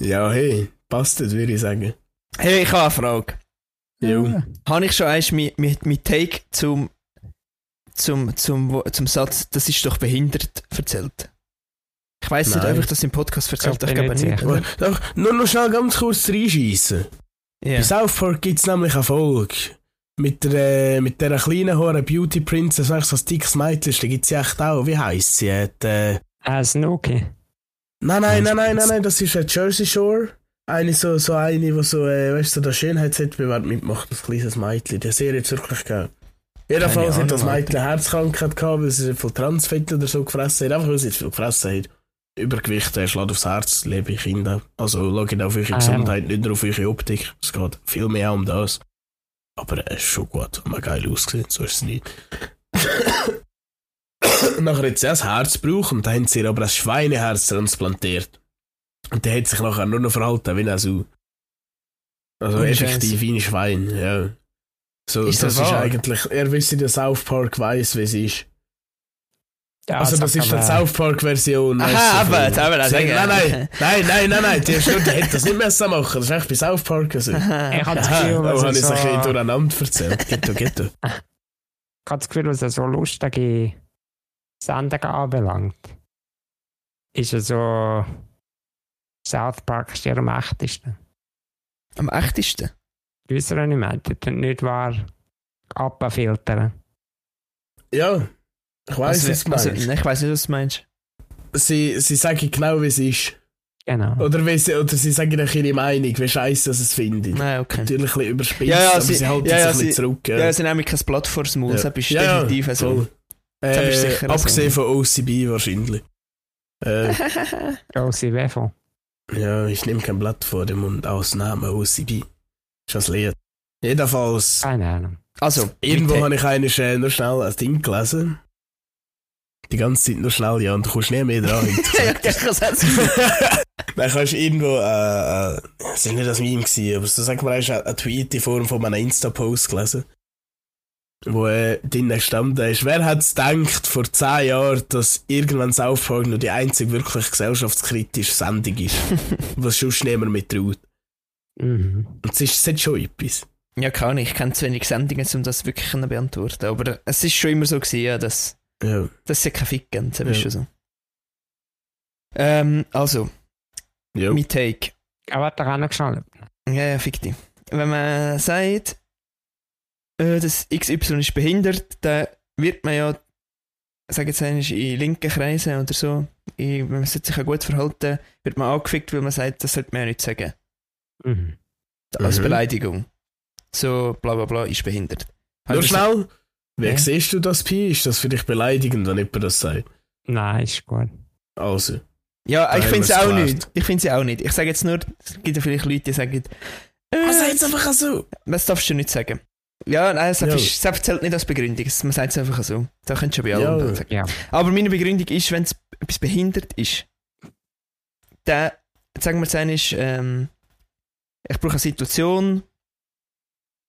Ja.
ja, hey, passt das, würde ich sagen.
Hey, ich habe eine Frage.
Jo.
habe ich schon einst mein, mein, mein Take zum, zum, zum, wo- zum Satz, das ist doch behindert, erzählt. Ich weiß nicht,
Nein.
ob ich das im Podcast erzählt habe,
Ich bin
ich glaube
nicht
nicht.
sicher.
oder?
Aber Doch, nur noch schnell ganz kurz reinschiessen.
Ja.
Bei South Park gibt es nämlich eine Folge. Mit der, äh, mit der kleinen hohen Beauty Princess, eigentlich so ein dickes Mädchen, ist, die gibt es echt auch. Wie heisst sie? Hat, äh,
Äh, Snooki.
nein, nein, nein, nein, nein, nein, das ist äh, Jersey Shore. Eine so, so eine, die so, äh, weißt du, so der Schönheitswettbewerb mitmacht, ein kleines Mädchen. Die Serie jetzt wirklich gegeben. Jedenfalls
Keine
hat das
Ahnung,
Mädchen eine Herzkrankheit gehabt, weil sie viel Transfett oder so gefressen hat. Einfach weil sie zu viel gefressen hat. Übergewicht, äh, schlägt aufs Herz, liebe Kinder. Also schaut auf eure
Ah,
Gesundheit, nicht nur auf eure Optik. Es geht viel mehr um das. Aber es äh, ist schon gut, hat man geil ausgesehen, so ist es nicht. nachher hat sie auch das Herz gebraucht und dann haben sie ihr aber ein Schweineherz transplantiert. Und der hat sich nachher nur noch verhalten wie ein Sau. Also
Oh,
effektiv
Scheiße.
wie ein Schwein, ja. So,
Ist
das,
das
ist
wahr?
eigentlich, er wüsste, dass South Park weiß, wie es ist.
Ja,
Also, das
sag
ist die
mal.
South Park-Version.
Ah,
weißt
Aha,
du,
aber,
von-
aber, das
Nein,
sage
nein,
ich.
nein, nein, nein, nein, die hast du- die hätte das nicht müssen machen. Das ist echt bei South Park. Also.
Ich
Aha.
habe das
Aha,
Gefühl,
da
dass
habe
er
ich es ein bisschen
so-
durcheinander erzählt. Ghetto, ghetto.
ich habe das Gefühl, dass er so lustige Sendungen anbelangt. Ist er so. South Park ist ja am echtesten.
Am 8.
Wisst ihr, was ich meine? Die tun nicht wahr abfiltern.
Ja, ich weiß, was du
also,
meinst.
nein, ich weiß nicht, was du meinst.
sie, sie sagen genau, wie es ist.
Genau.
Oder, wie sie, oder sie sagen nach ihrer Meinung, wie scheiße sie es finden.
Nein, okay.
Natürlich ein bisschen überspitzt,
Ja, ja,
aber
sie-
sie, halten
ja,
sich
ja,
ein bisschen
sie-
zurück.
Ja, es ist nämlich kein Blatt vor dem Mund, das bist
Ja, ja,
definitiv so.
voll.
Das
Äh,
ist sicher
abgesehen
so.
von OCB wahrscheinlich. Äh,
Grosse Weffel.
ja, ich nehme kein Blatt vor dem Mund, Ausnahme OCB. Ist das Lied. Jedenfalls,
Keine Ahnung.
Also,
irgendwo
Ah, bitte.
habe ich eines äh, nur schnell ein Ding gelesen. Die ganze Zeit nur schnell, ja, und du kommst nie mehr dran. wie du gesagt
Ja,
hast.
ich kann es jetzt-
Dann kannst du irgendwo, äh, äh, es war nicht das Meme, gewesen, aber so sagt man, hast du einen Tweet in Form von einem Insta-Post gelesen, wo äh, drinnen stand, ist, wer hat es gedacht vor 10 Jahren, dass irgendwann South Park nur die einzige wirklich gesellschaftskritische Sendung ist, was sonst niemand mit traut.
Mhm.
Und es ist, es hat schon etwas.
Ja, kann ich. Ich kenne zu wenig Sendungen, um das wirklich zu beantworten. Aber es ist schon immer so, gewesen, ja, dass.
Ja.
Das ist ja kein Fick, gell? das ist
Ja.
schon so. Ähm, also,
Ja.
mein Take.
Aber hat er auch noch geschnallt.
Ja, ja, fick dich. Wenn man sagt, äh, das XY ist behindert, dann wird man ja, sag jetzt einmal, in linken Kreisen oder so, in, wenn man sich ja gut verhalten, wird man angefickt, weil man sagt, das sollte man ja nicht sagen.
Mhm.
Als
Mhm.
Beleidigung. So, bla bla bla, ist behindert.
Nur
Also, das-
schnell, wie
Ja.
siehst du das Pi? Ist das für dich beleidigend, wenn jemand das sagt?
Nein, ist gut.
Also,
Ja, ich
haben
finde es
wir's
auch
geklärt.
nicht. Ich finde es auch nicht. Ich sage jetzt nur, es gibt ja vielleicht Leute, die sagen,
ah,
äh,
sag's einfach so.
das darfst du nicht sagen. Ja, nein, das
Ja.
ist- das zählt nicht als Begründung. Man sagt es einfach so. Da könntest du bei
Ja.
allem sagen.
Ja.
Aber meine Begründung ist, wenn es etwas behindert ist, dann, sagen wir es einmal, ähm, ich brauche eine Situation,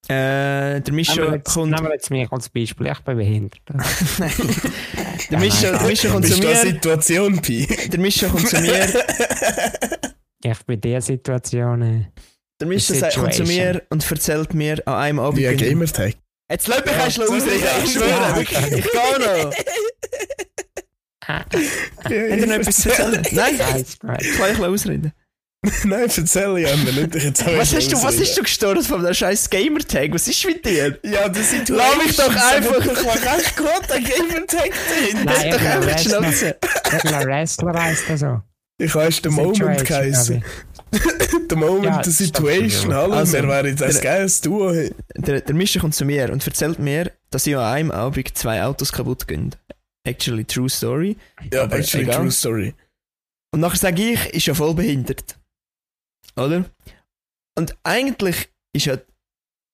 äh, der
Nehmen wir
Mischa
jetzt,
kommt...
nehmen wir jetzt mich als Beispiel. Ich bin behindert.
Nein. der Mischa, der Mischa kommt zu
Bist du eine
mir,
Situation, Pi?
der Mischa kommt zu mir,
Ich bin in dieser Situation. äh,
der Mischa sagt- kommt zu mir und erzählt mir an einem Abend...
Wie ein Gamertag.
Jetzt lass mich
Ja,
erst ausreden, ich
Ja,
schwöre.
okay.
Ich gehe noch.
Ah,
Hätte noch etwas zu erzählen? Nein,
ja, ist gut.
ich lasse dich ausreden.
Nein, erzähl ja, wir nicht dich jetzt
Was hast, du, was hast du gestorben von diesem scheiß Gamertag? Was ist mit dir?
Ja, das sind
Lass mich doch einfach-
Ich mach echt gut einen Gamertag drin.
Nein,
Halt doch
ich bin
einfach die
Wrestler.
Schnauze.
Irgendein Wrestler heisst er so.
Ich weiß den Moment
Situation,
geheißen. Der Moment,
Ja,
die
das ist doch
Situation.
so.
Hallo,
Also,
wir wären jetzt ein
der-
geiles Duo. hey.
Der, der Mischa kommt zu mir und erzählt mir, dass ich an einem Abend zwei Autos kaputt gehen. Actually, true story.
Ja,
aber
actually
egal.
true story.
Und nachher sage ich, ist ja voll behindert. Oder? Und eigentlich ist ja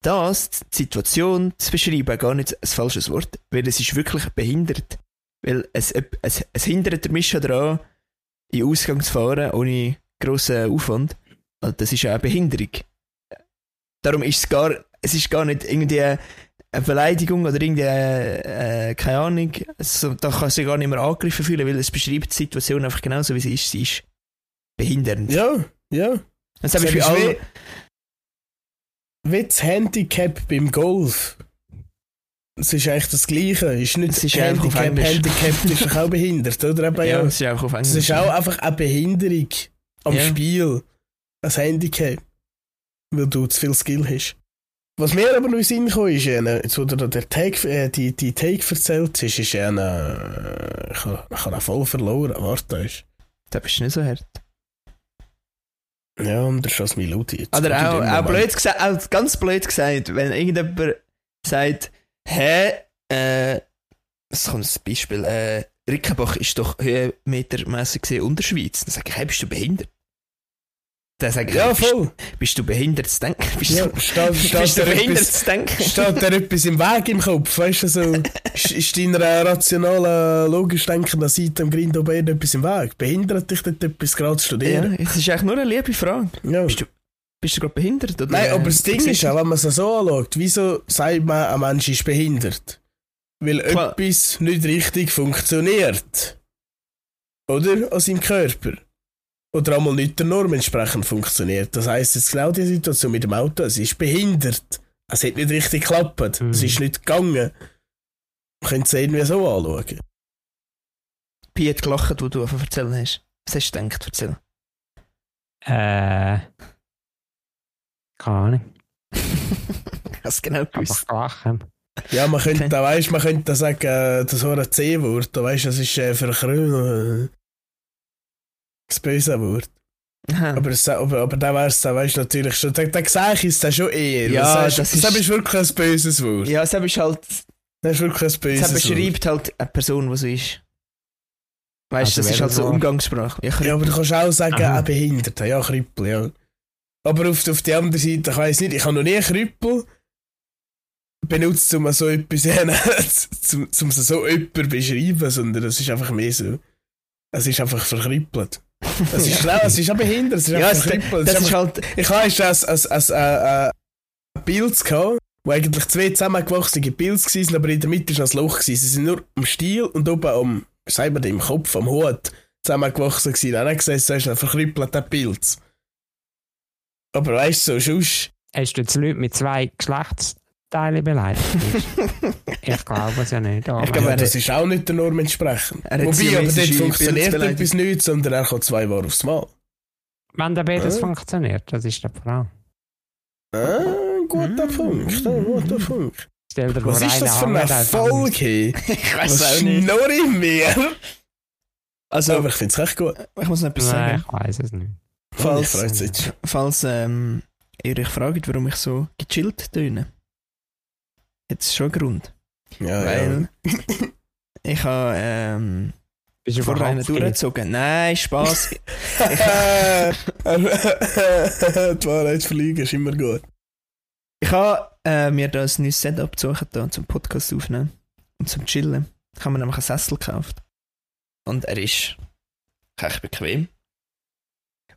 das, die Situation zu beschreiben, gar nicht ein falsches Wort, weil es ist wirklich behindert. Weil es, es, es hindert der Mischa daran, in den Ausgang zu fahren, ohne grossen Aufwand. Und das ist ja eine Behinderung. Darum ist es gar, es ist gar nicht irgendwie eine Beleidigung oder irgendwie, äh, keine Ahnung, also, da kann sich gar nicht mehr angegriffen fühlen, weil es beschreibt die Situation einfach genauso, wie sie ist. Sie ist behindernd.
Ja, ja.
Und
Das
zum Beispiel
ist
alle,
wie, wie das Handicap beim Golf. Es ist eigentlich das Gleiche. Ist nicht
Es ist einfach auf
Handicap.
Englisch.
Handicap ist doch auch behindert, oder? Eben,
ja,
ja.
es ist auch auf Englisch.
Es ist auch einfach eine Behinderung am
Ja.
Spiel. Ein Handicap. Weil du zu viel Skill hast. Was mir aber noch in den Sinn kam, ist, äh, jetzt, wo du da der Take, äh, die, die Take erzählt hast, ist eine. Ich habe ich habe ihn voll verloren. Warte, ist.
Da bist du nicht so hart.
Ja, und der schoss mich laut jetzt. Gut, in
Oder auch,
dem
auch,
Moment.
blöd gesagt, auch ganz blöd gesagt, wenn irgendjemand sagt, hä, äh, es kommt ein Beispiel, äh, Rickenbach ist doch höhenmetermässig gesehen unter Schweiz. Dann sage ich, hä, bist du behindert? Dann sage ich,
Ja,
bist,
voll.
bist du behindert zu denken? Bist,
Ja,
du,
steht,
bist
steht,
du
dir
behindert
etwas,
zu denken?
steht dir etwas im Weg im Kopf? Weißt du, so, ist, ist deiner rationalen, logisch denkenden Seite am Grind oben etwas im Weg? Behindert dich dort etwas gerade zu
Ja,
studieren?
es ist eigentlich nur eine liebe Frage.
Ja.
Bist du- Bist du gerade behindert? Oder,
Nein,
äh,
aber das Ding ist auch, wenn man es so anschaut, wieso sagt man, ein Mensch ist behindert? Weil
Klar.
etwas nicht richtig funktioniert. Oder? An seinem Körper. Oder einmal nicht der Norm entsprechend funktioniert. Das heisst jetzt genau die Situation mit dem Auto, es ist behindert. Es hat nicht richtig geklappt.
Mhm.
Es ist nicht gegangen. Man könnte es irgendwie so anschauen.
Pi hat gelacht, wo du davon erzählen hast. Was hast du gedacht, erzähl.
Äh. Keine Ahnung.
Hast genau gewusst.
Einfach lachen.
Ja, man könnte
Okay.
da, weißt, man könnte da sagen, äh, das war ein C-Wort. Da Weißt, das ist äh, für Krön. Äh, das böse Wort.
Aha.
Aber, es, aber, aber dann wär's dann, weißt du, natürlich schon, dann, dann sehe ich es dann schon eher.
Ja,
das, ist,
das
das,
ist-
ist, wirklich ein böses Wort.
ja, das ist halt
Das ist wirklich ein böses
Das
Wort.
beschreibt halt eine Person, die so ist. Weißt
Also
du, das ist
wer
halt so
so-
Umgangssprache. Ich
Ja, aber du kannst auch sagen,
Aha.
ein Behinderter, ja, Krüppel, ja. Aber auf, auf der anderen Seite, ich weiss nicht, ich habe noch nie Krüppel benutzt, um so etwas zum, zum so jemanden zu beschreiben, sondern es ist einfach mehr so. Es ist einfach verkrippelt. Es ist klar, es ist auch behindert, es ist
ja,
einfach
es,
verkrippelt.
das
es ist
ist halt.
Ich habe erst als, als, als äh, äh, Pilz gehabt, wo eigentlich zwei zusammengewachsene Pilze waren, aber in der Mitte war noch ein Loch. gewesen. Sie sind nur am Stiel und oben am, wie sagt man, im Kopf, am Hut zusammengewachsen. gewesen. Dann habe ich gesagt, so ist ein verkrüppelter Pilz. Aber weißt du, so sonst...
Hast du jetzt Leute mit zwei Geschlechtsteilen beleidigt?
halt-
ich glaube es ja nicht. aber-
Ich glaube,
ja,
er-
das ist auch nicht der Norm entsprechend.
er hat
Wobei, aber dort
chinesische
funktioniert
Pilze beleidigt.
etwas nicht, sondern er kann zwei Mal aufs Mal.
Wenn der beides
Ja.
funktioniert, das ist der Frau.
Ah, guter
Mm.
Punkt, ah, guter Punkt.
Stell dir
Was
nur
ist
einen
das für eine
Hang an, dann-
Folge?
ich
Was
weiß auch nicht.
schnurre ich mir?
Also,
Aber ich finde es recht gut.
ich muss noch etwas
Nein,
sagen.
ich weiß es nicht.
Falls.
Falls-
Ich freue mich.
Falls ähm, ihr euch fragt, warum ich so gechillt töne, hat es schon einen Grund.
Ah, Ja, ja.
weil ich habe ähm,
Bist du
vor einer
überhaupt nicht?
durchgezogen. Nein, Spaß.
Die Wahrheit verlügen ist immer gut.
Ich habe äh, mir da ein neues Setup gesucht, da, zum Podcast aufnehmen und zum Chillen. Ich habe mir nämlich einen Sessel gekauft. Und er ist recht bequem.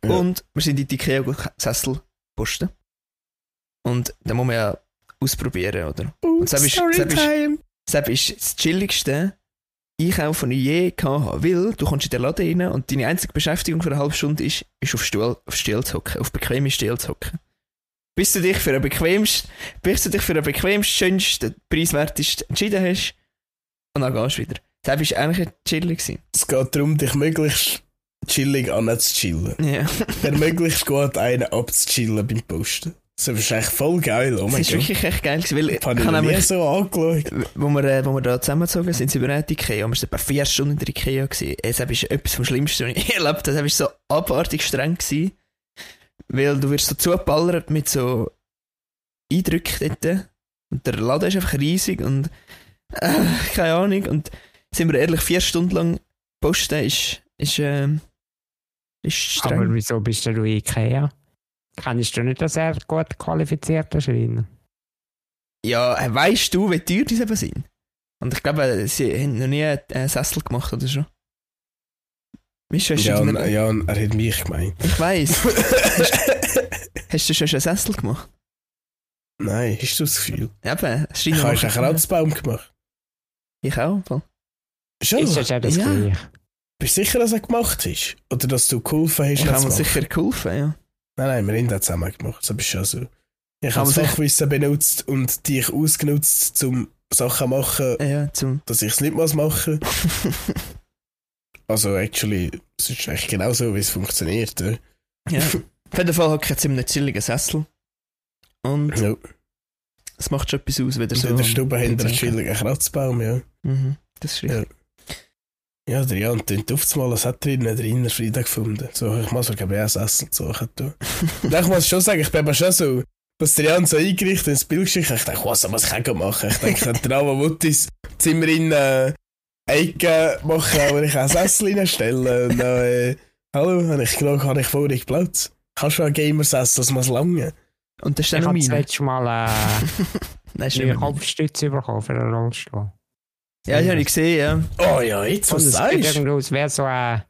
Ja.
Und wir sind in die IKEA-Sessel posten. Und da muss man ja ausprobieren, oder?
Und
Sepp ist- Sepp ist- Deshalb ist das chilligste Einkaufen, den ich je gehabt habe. Weil du kommst in den Laden rein und deine einzige Beschäftigung für eine halbe Stunde ist, ist auf Stuhl, auf Stuhl zu hocken, auf bequeme Stuhl zu hocken. Bis du dich für einen bequemst, bis du dich für einen bequemst, schönsten, preiswertesten entschieden hast und dann gehst du wieder. Deshalb ist eigentlich chillig gewesen.
Es geht darum, dich möglichst chillig anzuchillen.
Ja.
Der möglichst gut einen abzuchillen beim Posten. Das ist eigentlich voll geil, oh
Es
mein
ist
Gott.
wirklich echt geil gewesen, weil ich
Ich habe
habe
ihn noch nie
nämlich,
so angeschaut.
wo wir, äh, wo wir da zusammengezogen sind, sind wir in die Ikea, und wir sind etwa vier Stunden in der Ikea gewesen. Deshalb ist etwas vom Schlimmsten, was ich erlebt habe. Deshalb ist so abartig streng gewesen, weil du wirst so zugeballert mit so Eindrücken dort und der Laden ist einfach riesig und äh, keine Ahnung und sind wir ehrlich, vier Stunden lang posten ist, ist, ähm, ist streng.
Aber wieso bist du in Ikea? Kennst du nicht, dass er gut qualifizierter Schreiner?
Ja, äh, weißt du, wie teuer die eben sind? Und ich glaube, sie haben noch nie einen Sessel gemacht oder so. Misch, hast
Ja,
du
und, äh,
noch-
ja, und er hat mich gemeint.
Ich weiß. hast du schon einen Sessel gemacht?
Nein, hast du das Gefühl?
Eben, das
Ich
Schreiner
habe
macht-
einen Kratzbaum gemacht.
Ich auch. voll.
Schon?
Ist das auch das
ja.
Gleiche?
Bist du sicher, dass er gemacht ist? Oder dass du geholfen hast?
Ich
ihn zu
habe mir
machen?
sicher geholfen, ja.
Nein, nein, wir haben das zusammen gemacht. Das ist schon so. Ich
Aber
habe das
sicher-
Fachwissen benutzt und dich ausgenutzt, um Sachen zu machen,
Ja, zum.
dass ich es nicht mal mache. Also, actually, es ist eigentlich genau so, wie es funktioniert. Oder?
ja. Auf jeden Fall habe ich jetzt einen chilligen Sessel. Und
Ja.
es macht schon etwas aus, wenn er
Und Also
so.
in der Stube hinter einem
Ja.
chilligen Kratzbaum, ja.
Mhm, das ist richtig.
Ja, der Jan tönt aufzumal, es hat drinnen den inneren Frieden gefunden. So, ich muss sogar bei Essen suchen. Du. Und ich muss schon sagen, ich bin aber schon so, dass der Jan so eingerichtet ins Bild geschickt hat. Ich dachte, was, was kann ich machen? Ich denke, ich könnte den Alma Muttis Zimmer in äh, Ecke machen, aber ich kann ein Sessel reinstellen. Und dann, äh, hallo, habe ich genug, habe ich vorig Platz. Kannst du einen Gamer-Sessel, das muss lange.
Und das ist
Ich
dann noch
habe das
meine.
letzte Mal
Nein,
äh,
ist nicht
eine
mehr meine.
Kopfstütze bekommen für einen Rollstuhl.
Ja, das habe ich gesehen, ja.
Oh ja, jetzt, was
Und es sieht
sagst du?
irgendwie aus, es wäre so ein...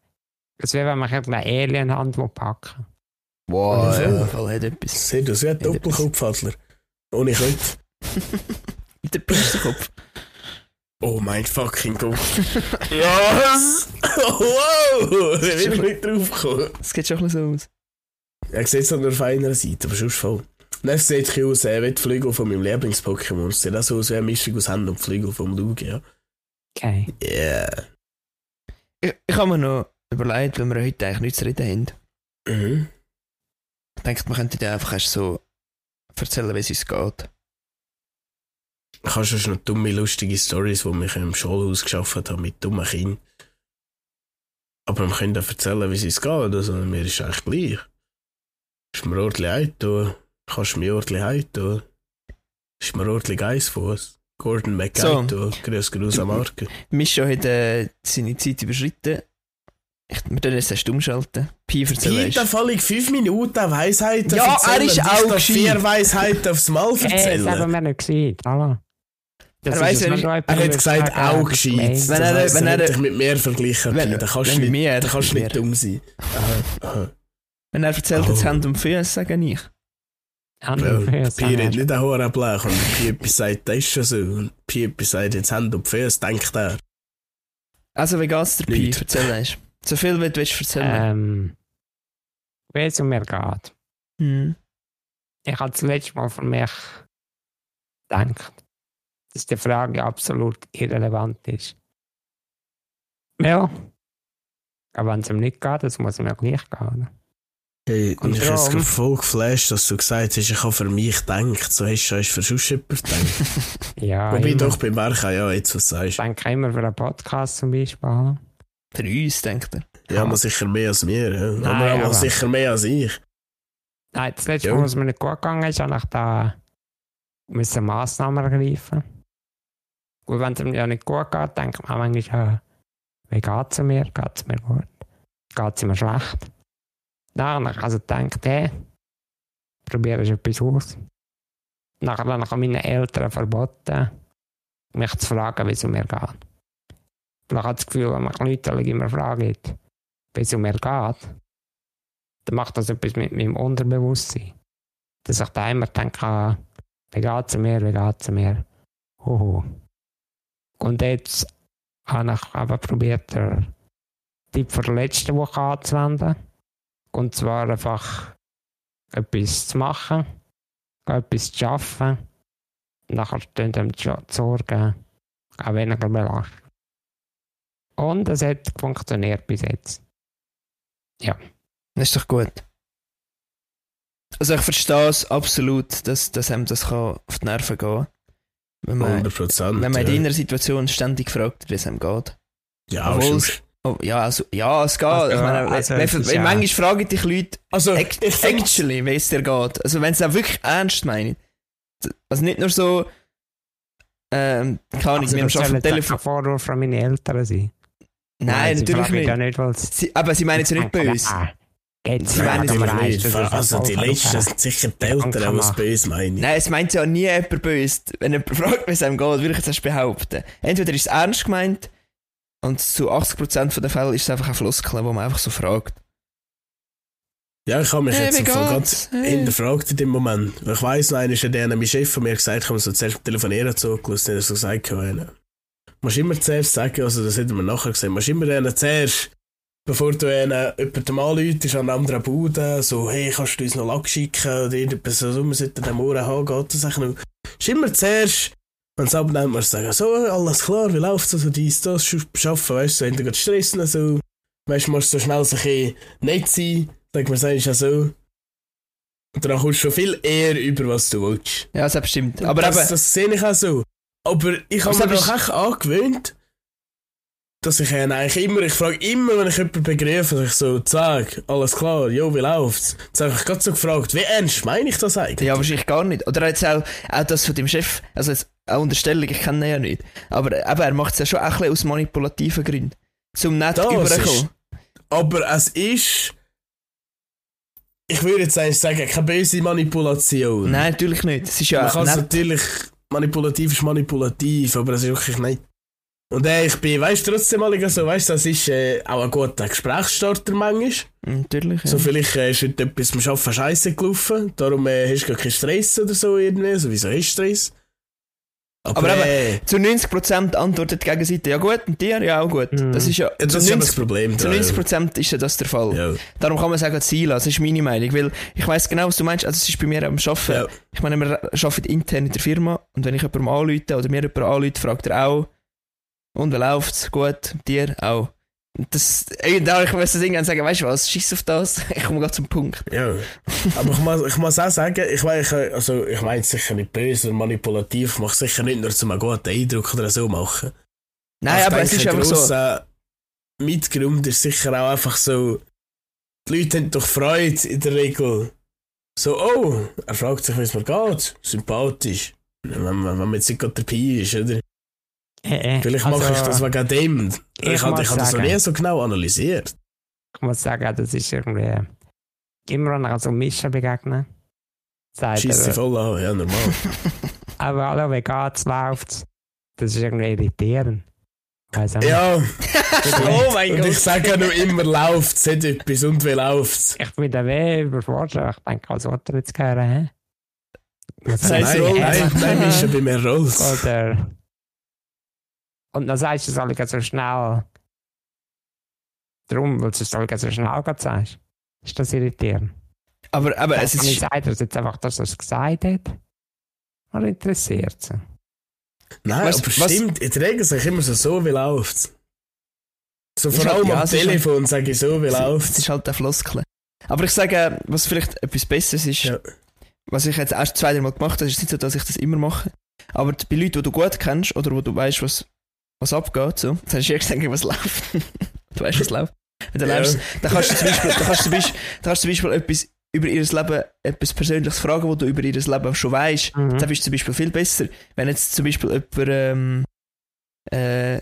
Es wäre, wenn man irgendeine Alienhand will packen
Wow,
Auf jeden
Ah, ja.
Fall hat etwas.
Seht ihr, wie ein Doppelkopfadler. Ohne Köpfe.
Mit dem Pisterkopf.
Oh mein fucking Gott. ja! wow!
ist
Ich bin
schon-
nicht drauf gekommen.
Das sieht schon ein bisschen so aus.
Er sieht es nur auf einer Seite, aber sonst voll. Nein, es sieht ein bisschen aus äh, wie die Flügel von meinem Lieblings-Pokémon. Es sieht auch so aus wie eine Mischung aus Hand und Flügel vom Lugia.
Okay.
Ja. Yeah.
Ich, ich habe mir noch überlegt, wenn wir heute eigentlich nichts zu reden haben.
Mhm.
Ich denke, wir könnten dir einfach erst so erzählen, wie es uns geht.
Kannst du schon noch dumme, lustige Stories, die mich im Schulhaus geschafft haben mit dummen Kindern. Aber wir können auch erzählen, wie es uns geht. Also, mir ist eigentlich gleich. Ist mir ordentlich heimgetan. Kannst du mir ordentlich heimgetan. Ist mir ordentlich Geissfuss. Gordon McGuire, so. grüß grüß am Marken.
Mischa hat äh, seine Zeit überschritten. Ich, wir können jetzt erst umschalten. Pi erzählen.
Peter,
erst.
völlig 5 Minuten Weisheiten
Ja, er ist auch gescheit.
vier Weisheiten aufs Mal
Hey, das haben
erzählen.
Äh, wir nicht gesehen. Hallo. Das
Er weiss
es,
ja
wenn
nicht-
du
Er
jemandem
hat gesagt,
sagst, das
auch
ist
gescheit.
gemein.
Das
Wenn er-
heisst,
wenn
er
er-
hat dich mit mir verglichen.
Wenn-
Da kannst
wenn
du nicht,
mit mir,
da kannst du
mit
nicht
mir.
dumm sein. Aha, aha.
Wenn er erzählt hat,
Oh.
oh. Hand und Füße, sage ich.
Andere
Weil
Füße
Pier hat
haben.
nicht einen hohen Blech und Piepi sagt, das ist schon so. Und Piepi sagt, jetzt Hand und Füße, denkt er.
Also, wie geht's dir, Pi?
Nicht.
Erzähl erst. So viel, wie du willst erzählen.
Ähm, wie es um mir geht.
Hm.
Ich habe das letzte Mal für mich gedacht, dass die Frage absolut irrelevant ist. Ja. Aber wenn es ihm nicht geht, das muss mir gleich gehen. oder?
Hey,
Und
ich habe es
darum-
gerade voll geflasht, dass du gesagt hast, ich habe für mich gedacht. So hast du schon für sonst jemanden gedacht.
Ja,
Wobei
immer.
doch bei Marca, ja, jetzt was
ich
sagst.
denke immer für einen Podcast zum Beispiel.
Für uns, denkt er.
Ja, aber sicher mehr als mir. Ja.
Nein,
aber aber
aber-
sicher mehr als ich.
Nein, das letzte
Ja.
Mal, was mir nicht gut gegangen ist, habe ich da müssen Massnahmen ergreifen. Gut, wenn es mir ja nicht gut geht, denkt man auch manchmal, ja, wie geht es mir? Geht es mir gut? Geht es mir schlecht? Nein, ich also denkt, hey, probiere ich etwas aus. Nachher habe ich meinen Eltern verboten, mich zu fragen, wie es mir geht. Weil ich habe das Gefühl, wenn mich Leute alle immer fragen, wie es mir geht, dann macht das etwas mit meinem Unterbewusstsein. Dass ich da immer denke, ah, wie geht's mir, wie geht's mir. Hoho. Und jetzt habe ich aber probiert, den Tipp von der letzten Woche anzuwenden. Und zwar einfach etwas zu machen, etwas zu schaffen. Nachher stehen dem die Scho- die Sorgen auch weniger belastet. Und es hat funktioniert bis jetzt.
Das ist doch gut. Also ich verstehe es absolut, dass, dass einem das kann auf die Nerven gehen Wenn man,
100 Prozent.
wenn man in
ja.
deiner Situation ständig fragt, wie es einem geht.
ja, aber
Obwohl-
sonst-
Oh, ja, also, ja, es geht.
Also,
ich meine,
also,
wenn,
es
wenn,
ist ja-
manchmal fragen dich Leute
Also,
act,
ich find's-
actually, wie es dir geht. Also wenn sie es auch wirklich ernst meinen. Also nicht nur so, ähm, keine Ahnung, wir
das soll
haben
Also
am
jetzt
Telefon.
kein Vorwurf von meinen Eltern sein.
Nein,
sie
natürlich
fragen mich
nicht.
Ja nicht weil sie
Sie, aber sie meinen es ja nicht bei uns.
Jetzt
Sie
Nein,
meinen es
natürlich
aber
nicht. Also, die Letzten sind sicher die Eltern, die es bei uns meinen.
Nein, es meint ja nie jemand bei uns, wenn jemand fragt, wie es einem geht, würde ich jetzt erst behaupten. Entweder ist es ernst gemeint und zu 80% der Fälle ist es einfach ein Floskel, wo man einfach so fragt.
Ja, ich habe mich
Hey,
jetzt
wie
im Fall
geht's?
ganz
Hey.
hinterfragt in dem Moment. Ich weiss noch, einer ist der mein Chef von mir gesagt, ich habe so zuerst telefonieren zugelassen, dann hat er so gesagt, ja, einer. Du musst immer zuerst sagen, also das hätten wir nachher gesehen, du musst immer einen zuerst, bevor du einen, jemandem anläutest an einer anderen Bude, so, hey, kannst du uns noch Lack schicken oder irgendetwas, so, wir sollten dem Ohren haben, geht das eigentlich noch? Du musst immer zuerst, wenn es abnimmt, musst du sagen, so, alles klar, wie läuft's, also dies, das, schaff- schaffen, weißt du, wenn du gerade Stress hast, so, weißt du, musst du so schnell so ein bisschen nett sein, Sag mir, sagst ja so. Und dann kommst du schon viel eher über, was du willst.
Ja, selbstbestimmt. Aber
das,
eben,
das sehe ich auch so. Aber ich habe
Also
mir
bist-
doch echt angewöhnt, dass ich ihn eigentlich immer, ich frage immer, wenn ich jemanden begreife, dass ich so sage, alles klar, jo, wie läuft's? Jetzt habe ich gerade so gefragt, wie ernst meine ich das eigentlich?
ja, wahrscheinlich gar nicht. Oder jetzt auch, auch das von dem Chef, also jetzt eine Unterstellung, ich kenne ihn ja nicht. Aber eben, er macht es ja schon auch ein bisschen aus manipulativen Gründen. Zum nicht
Das
überkommen.
Aber es ist, ich würde jetzt eigentlich sagen, keine böse Manipulation.
Nein, natürlich nicht. Es ist ja
Man kann es
nett.
natürlich, manipulativ ist manipulativ, aber das ist wirklich nicht. Und äh, ich bin, weißt du, trotzdem mal so, weißt du, das ist äh, auch ein guter Gesprächsstarter manchmal.
Hm, Natürlich, ja.
So vielleicht äh, ist heute etwas beim Arbeiten scheiße gelaufen, darum äh, hast du gar keinen Stress oder so irgendwie, sowieso hast du Stress. Aber,
Aber eben,
äh,
Zu 90% antwortet die Gegenseite, ja gut, und dir, ja auch gut.
Mhm.
Das ist ja,
Hm. das
zu
ist eben das
90%,
Problem.
zu
daran.
90 ist ja das der Fall.
ja.
Darum kann man sagen, Ziel, das ist meine Meinung, weil ich weiß genau, was du meinst, also es ist bei mir am Arbeiten.
Ja.
Ich meine, wir arbeiten intern in der Firma und wenn ich jemandem anrufe oder mir jemand anrufe, fragt er auch, und wie läuft's, gut, dir auch. Und Das, ey, da ich muss das irgendwann sagen, weißt du was, schieß auf das, ich komme gerade zum Punkt.
Ja, aber ich muss, ich muss auch sagen, ich meine, ich, also ich meine es sicher nicht böse oder manipulativ, ich mache es sicher nicht nur zum einen guten Eindruck oder so machen.
Nein,
Ich
aber es
denke,
ist einfach so,
grosser Mitgrund ist sicher auch einfach so, die Leute haben doch Freude in der Regel. So, oh, er fragt sich, wie es mir geht. Sympathisch. Wenn, wenn, wenn man jetzt nicht gerade dabei ist, oder?
Äh,
Vielleicht mache
also
ich das wegen dem. Ich,
ich
habe
muss
ich habe das noch
sagen-
nie so genau analysiert.
Ich muss sagen, das ist irgendwie immer noch so Mischen begegnen. Sagt
Schießt sie
er,
voll an, ja, normal.
aber hallo, wie geht's, läuft's? Das ist irgendwie irritierend. Weiss auch nicht.
ja,
oh mein
und ich
Gott.
sage nur immer, läuft es, hat etwas und wie läuft es.
Ich bin da weh überfordert. Ich denke, was wollt ihr jetzt hören? hä? Also Was
Sei
soll ich
Nein,
es
nein,
Rolls.
nein, nein, ist schon bei mir Rolls.
Oder. Und dann sagst du es alle so schnell. Darum, weil du es alle so schnell gerade sagst. Ist das irritierend?
Aber, aber es
nicht
ist,
sagt er jetzt einfach, dass er es gesagt hat. Oder interessiert sie?
Nein,
Was-
aber
was-
stimmt, in der Regel sage ich immer so, so wie läuft's. So
Ist
vor
halt-
allem
ja,
am
es ist halt-
Telefon sage ich so, wie
es
läuft's.
ist halt eine Floskel. Aber ich sage, was vielleicht etwas Besseres ist,
Ja.
was ich jetzt erst zwei, drei Mal gemacht habe, ist nicht so, dass ich das immer mache. Aber bei Leuten, die du gut kennst oder wo du weißt, was, was abgeht, so, jetzt hast du erst gesagt, was läuft. du weißt, was läuft. Wenn du
Ja.
läufst, dann kannst du zum Beispiel, dann kannst du zum Beispiel, dann kannst du zum Beispiel etwas über ihr Leben, etwas Persönliches fragen, wo du über ihr Leben schon weißt.
Mhm.
Hm?
Dann bist du zum Beispiel viel besser. Wenn jetzt zum Beispiel jemand, ähm, äh,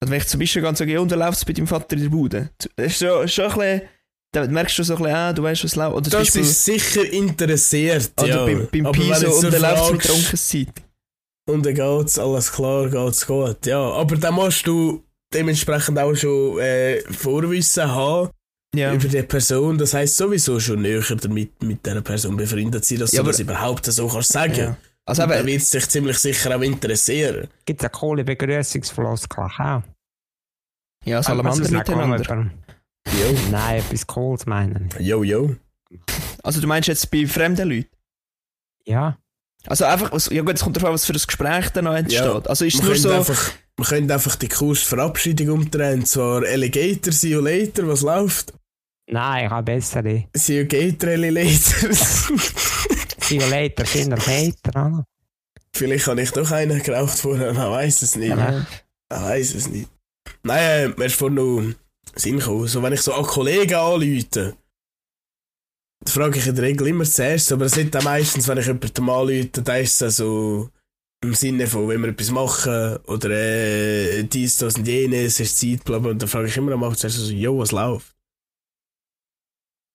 also wenn ich zum Beispiel ganz sage, und dann läuft es bei deinem Vater in der Bude. Das ist schon, schon ein bisschen, dann merkst du schon so ein bisschen, ah, du weißt, was läuft. Oder zum
Das
Beispiel,
ist sicher interessiert,
oder
ja.
beim, beim
Aber wenn
Piso,
jetzt
und
nur
dann läuft es mit
fragst-
Trunkenszeit.
Und dann geht's, alles klar, geht's gut. Ja, aber dann musst du dementsprechend auch schon äh, Vorwissen haben
Ja.
über die Person. Das heisst sowieso schon näher damit mit dieser Person befreundet sein, dass
Ja,
du
aber-
das überhaupt so kannst sagen.
ja.
Also
Also
dann
eben,
wird es dich ziemlich sicher auch interessieren.
Gibt es eine coole Begrüßungsfloskel auch?
ja, es allem
Also,
anderen
sag mal
miteinander.
jemandem.
Jo,
Nein, etwas Cooles meinen.
jo, jo.
Also du meinst jetzt bei fremden Leuten?
Ja,
Also einfach, was, ja gut, es kommt darauf an, was für ein Gespräch dann noch entsteht. Also ist
Wir
es nur
können,
so,
einfach, wir können einfach den Kurs Verabschiedung umdrehen. Und Zwar Alligator, see you later, was läuft?
nein, ich habe bessere.
See you later, Alligator.
See you later, Kinder, later, oder?
Vielleicht habe ich doch einen geraucht vorher, man weiß es nicht.
Ja.
Ich weiß es nicht. Nein, äh, mir ist vorhin noch in den Sinn gekommen. So, wenn ich so an Kollegen anrufe, dann frage ich in der Regel immer zuerst, aber es liegt dann meistens, wenn ich jemandem anrufe, dann ist es dann so im Sinne von, wenn wir etwas machen oder äh, dies, das und jenes, es ist Zeit, bla bla, und dann frage ich immer am Abend zuerst so, jo, was läuft?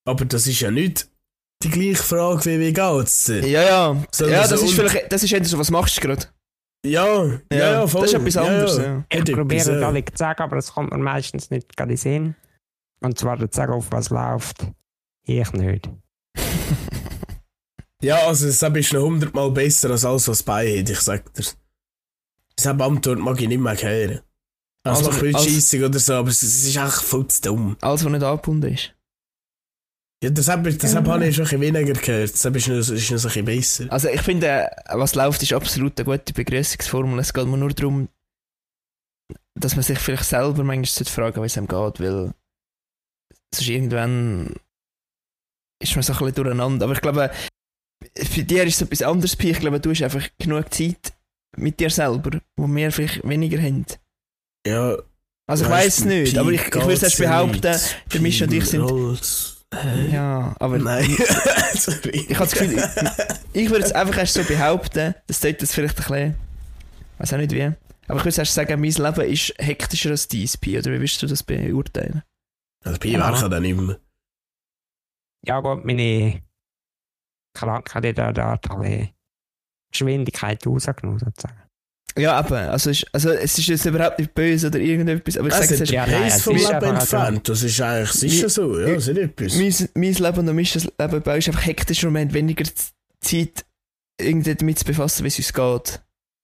Aber das ist ja nicht die gleiche Frage wie, wie geht's? dir?
ja, ja.
Sondern
ja,
so
das ist
und-
vielleicht, das ist eher so, was machst du gerade?
Ja, ja, ja, voll.
Das ist etwas
Ja,
anderes,
ja.
ja.
Ich
Hat
probiere
etwas,
es
ja.
alle zu sagen, aber es kommt mir meistens nicht gerade in den Sinn. Und zwar zu sagen, auf was läuft. Ich nicht.
Ja, also es ist noch hundertmal besser als alles, was bei hat, ich sag dir. Diese Antwort mag ich nicht mehr hören. Also,
Also,
also ich bin
als-
scheissig oder so, aber es, es ist echt voll zu dumm.
Alles, was nicht angebunden ist.
Ja, deshalb, deshalb
Ja.
habe ich schon ein bisschen weniger gehört. Deshalb ist es noch, ist noch ein bisschen besser.
Also ich finde, äh, was läuft, ist absolut eine gute Begrüßungsformel. Es geht mir nur darum, dass man sich vielleicht selber manchmal sollte fragen wie es einem geht, weil sonst irgendwann ist man so ein bisschen durcheinander. Aber ich glaube, für dir ist es etwas anderes, Pi. Ich glaube, du hast einfach genug Zeit mit dir selber, wo wir vielleicht weniger haben.
Ja,
Also ich weiß es nicht, aber ich, ich würde es erst behaupten, für mich und ich sind-
Ja,
ja, aber
aber Nein, sorry.
Ich habe das Gefühl, ich, ich würde es einfach erst so behaupten, dass dort das vielleicht ein bisschen. Weiß auch nicht wie. Aber ich würde erst sagen, mein Leben ist hektischer als dein, Pi. Oder wie willst du das beurteilen?
Also, Pi wäre dann nicht mehr.
Ja gut, meine Krankheit hat da alle Geschwindigkeit rausgenommen, sozusagen.
Ja, eben. Also, ist, also es ist jetzt überhaupt nicht böse oder irgendetwas. Aber ich
Also,
sage
der
es
ja,
erst,
nein,
Pace
es
vom
ist
Leben
einfach auch so.
entfernt, das ist eigentlich sicher so. Ja,
ich-
es ist nicht etwas.
mein, mein Leben und mein Leben bei uns ist einfach hektischer und wir haben weniger Z- Zeit, irgendwie damit zu befassen, wie es uns geht.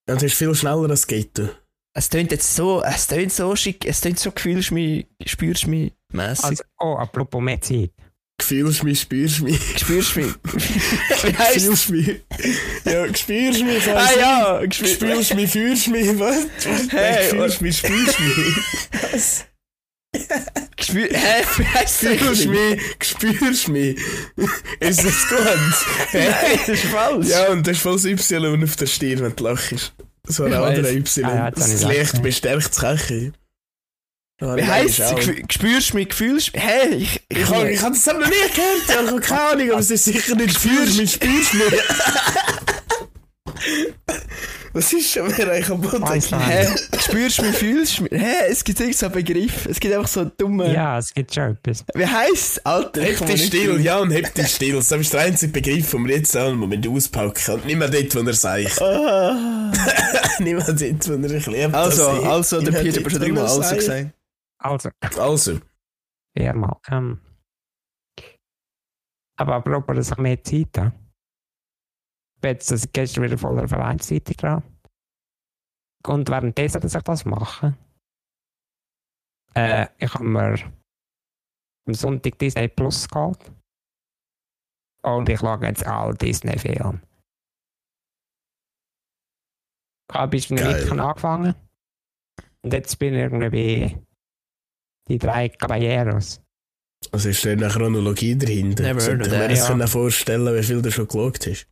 Und es ist viel schneller als Gator.
Es tönt jetzt so, es tönt so schick, es tönt so gefühlst mich, spürst mich mässig.
Also, oh, apropos mehr Zeit.
Gefühlst mich, spürst mich.
spürst mich. wie heisst
Spürst mich. Ja, spürst mich. ich
Ah
weiss
ja,
nicht.
gespielt.
Spürst mich, fühlst mich, was?
Hey,
Hey, spürst mich, spürst mich.
Gespür Hä? Wie heisst das?
Spürst
richtig?
mich, spürst mich. Ist das gut?
Nein,
Hey.
das ist falsch.
Ja, und das ist voll das Y auf der Stirn, wenn du lachst. So ein
Ich
anderer
weiss.
Y.
Ah, ja, das
das
hab ich
Licht
gedacht.
bestärkt das Köche.
Wie heisst es? Gespü- Spürst mich, fühlst mich? Hä? Ich, ich,
Ich habe ich hab das selber noch nie gehört, ja, ich habe keine Ahnung, aber es ist sicher nicht spürst mich, spürst mich. Was ist schon wieder eigentlich am Boden?
Weiss nicht.
Hä? Spürst mich, fühlst mich? Hä? Es gibt irgend so einen Begriff. Es gibt einfach so einen dummen...
Ja, es gibt schon etwas.
Wie heisst es? Alter, ich
Hebt
komme
dich
nicht
still,
drauf.
ja, und hebt dich still. Das ist der einzige Begriff, den wir jetzt an Moment auspacken. Und nicht mehr dort, wo er seicht.
Ah.
nicht mehr dort, wo er sich liebt.
Also,
dass ich-
also, der
nicht
Peter
dort,
hat schon
wo er
dreimal also
seicht.
gesagt.
Also,
Also,
viermal. Ähm. Aber apropos, dass ich mehr Zeit habe. Ich bin jetzt das gestern wieder voll der Vereinsseite dran. Und währenddessen, dass ich das mache, äh, ich habe mir am Sonntag Disney Plus geholt. Und ich schaue jetzt alle Disney-Filme. Ich habe bis mit
Geil.
Wittgen angefangen. Und jetzt bin ich irgendwie bei die drei Caballeros.
Also ist da eine Chronologie dahinter?
Never heard
Sollte
of
ich mir
that,
das
ja.
können vorstellen, wie viel du schon geschaut hast?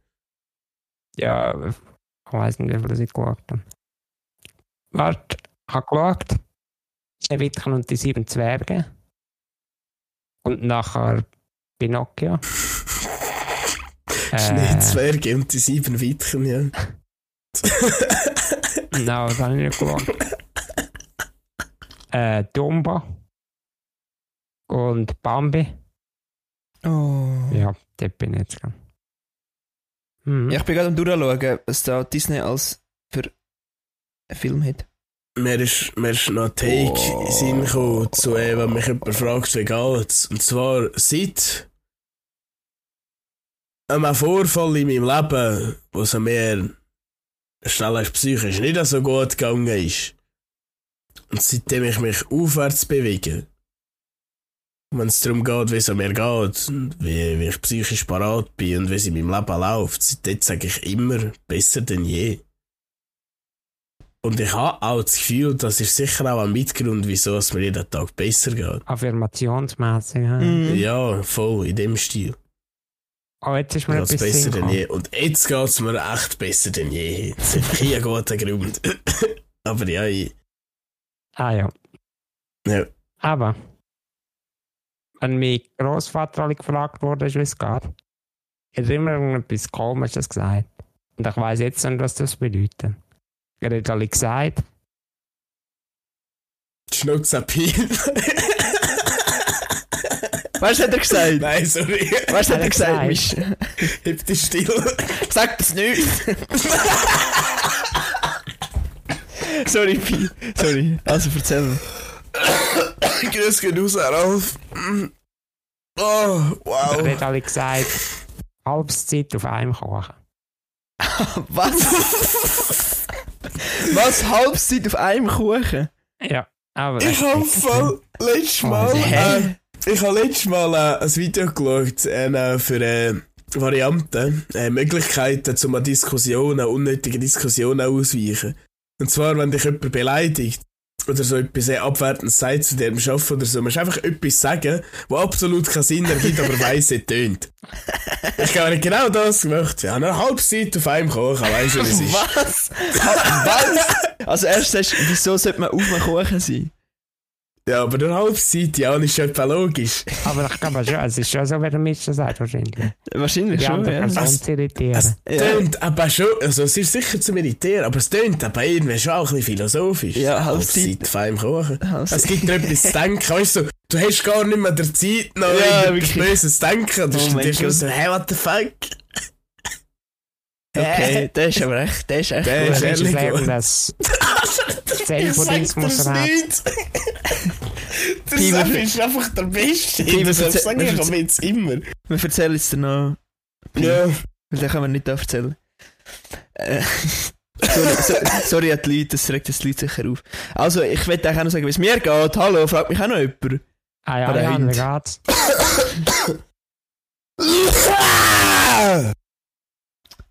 Ja, ich weiß nicht, wie viel ich geschaut habe. Warte, ich habe geschaut. Schneewittchen und die sieben Zwerge. Und nachher Pinocchio.
Schneezwerge und die sieben Wittchen, ja.
Nein, das habe ich nicht geschaut. äh, Dumbo. Und Bambi.
Oh. Ja.
Ja, dort bin ich jetzt gegangen. Hm.
Ich bin gerade am durchschauen, was da Disney als für einen Film hat.
Mir ist, mir ist noch ein Take in den Sinn gekommen, zu dem, wenn mich jemand fragt, wie geht's. Und zwar seit einem Vorfall in meinem Leben, wo es mir schnell als psychisch nicht so gut gegangen ist. Und seitdem ich mich aufwärts bewege, wenn es darum geht, wie es mir geht, und wie, wie ich psychisch parat bin und wie es in meinem Leben läuft, seitdem sage ich immer, besser denn je. Und ich habe auch das Gefühl, das ist sicher auch ein Mitgrund, wieso es mir jeden Tag besser geht.
Affirmationsmäßig. Ja.
Mm. Mhm.
Ja, voll, in dem Stil.
Oh, jetzt ist mir
Mir geht's
etwas
besser denn
hingekommen.
je. Und jetzt geht es mir echt besser denn je. Das ist einfach ein guter Grund. Aber ja, ich,
Ah ja.
ja,
Aber, wenn mein Großvater alle gefragt wurde, wie es geht, hat er immer irgendetwas Komisches gesagt. Und ich weiß jetzt nicht, was das bedeutet. Er hat alle gesagt,
die Schnauze piept.
Weißt du, hat er gesagt?
Nein, sorry.
Weißt du,
Hat
hat er
er gesagt?
gesagt, Misch?
Hab dich still.
Sag das nicht! Sorry, Pi. Sorry. Also, erzähl mir.
Grüß gehen raus, Ralf. Oh,
er
wow.
hat alle gesagt, Halbzeit auf einem Kochen.
Was? Was? Halbzeit auf einem Kuchen?
Ja, aber.
Ich habe voll letztes Mal.
Hä?
Äh, Ich habe letztes Mal äh, ein Video geschaut äh, für äh, Varianten, äh, Möglichkeiten, um an Diskussionen, unnötige Diskussionen auszuweichen. Und zwar, wenn dich jemand beleidigt oder so etwas sehr Abwertendes sagt zu dem Schaff oder so, musst du einfach etwas sagen, was absolut keinen Sinn ergibt, aber weiss, es tönt. Ich habe genau das gemacht. Ich habe eine halbe Seite auf einem Kochen, weißt du, wie es ist.
Was? Was? Also, erst sagst du, wieso sollte man auf einem Kuchen sein?
Ja, aber eine halbe Seite, ja, das ist etwa logisch.
Aber ich glaube schon, es ist schon so, wie der Mister sagt, wahrscheinlich.
Wahrscheinlich
Die
schon,
andere
ja.
Person
Es-
zu irritieren.
Es
Ja.
tönt aber schon, also es ist sicher zu meditieren, aber es tönt aber irgendwie schon auch ein bisschen philosophisch.
Ja, halt Halbzeit.
Halbzeit fein Kuchen.
Halbzeit.
Es gibt dir etwas zu denken, weißt du, du hast gar nicht mehr die Zeit, noch
Ja,
ja,
wirklich.
Böses zu denken. Das
Oh
ist
mein
natürlich
Gott.
so, hey, what the fuck?
Okay, der ist aber echt, der ist echt
Der
gut.
ist
Oder willst du
ehrlich
sagen,
geworden.
dass
Ich sag dir's
Selbstbodingsmus hat?
nicht! Der
Timo,
Safi ist einfach der Beste!
Timo,
Das
verze-
sage ich aber jetzt immer.
Wir erzählen es dir noch.
Ja.
Weil den können wir nicht da erzählen. Äh, sorry, so, sorry an die Leute, das regt das Leute sicher auf. Also, ich will euch auch noch sagen, wie es mir geht. Hallo, fragt mich auch noch jemand.
Ah ja,
Oder
ja,
Hund.
wie geht's?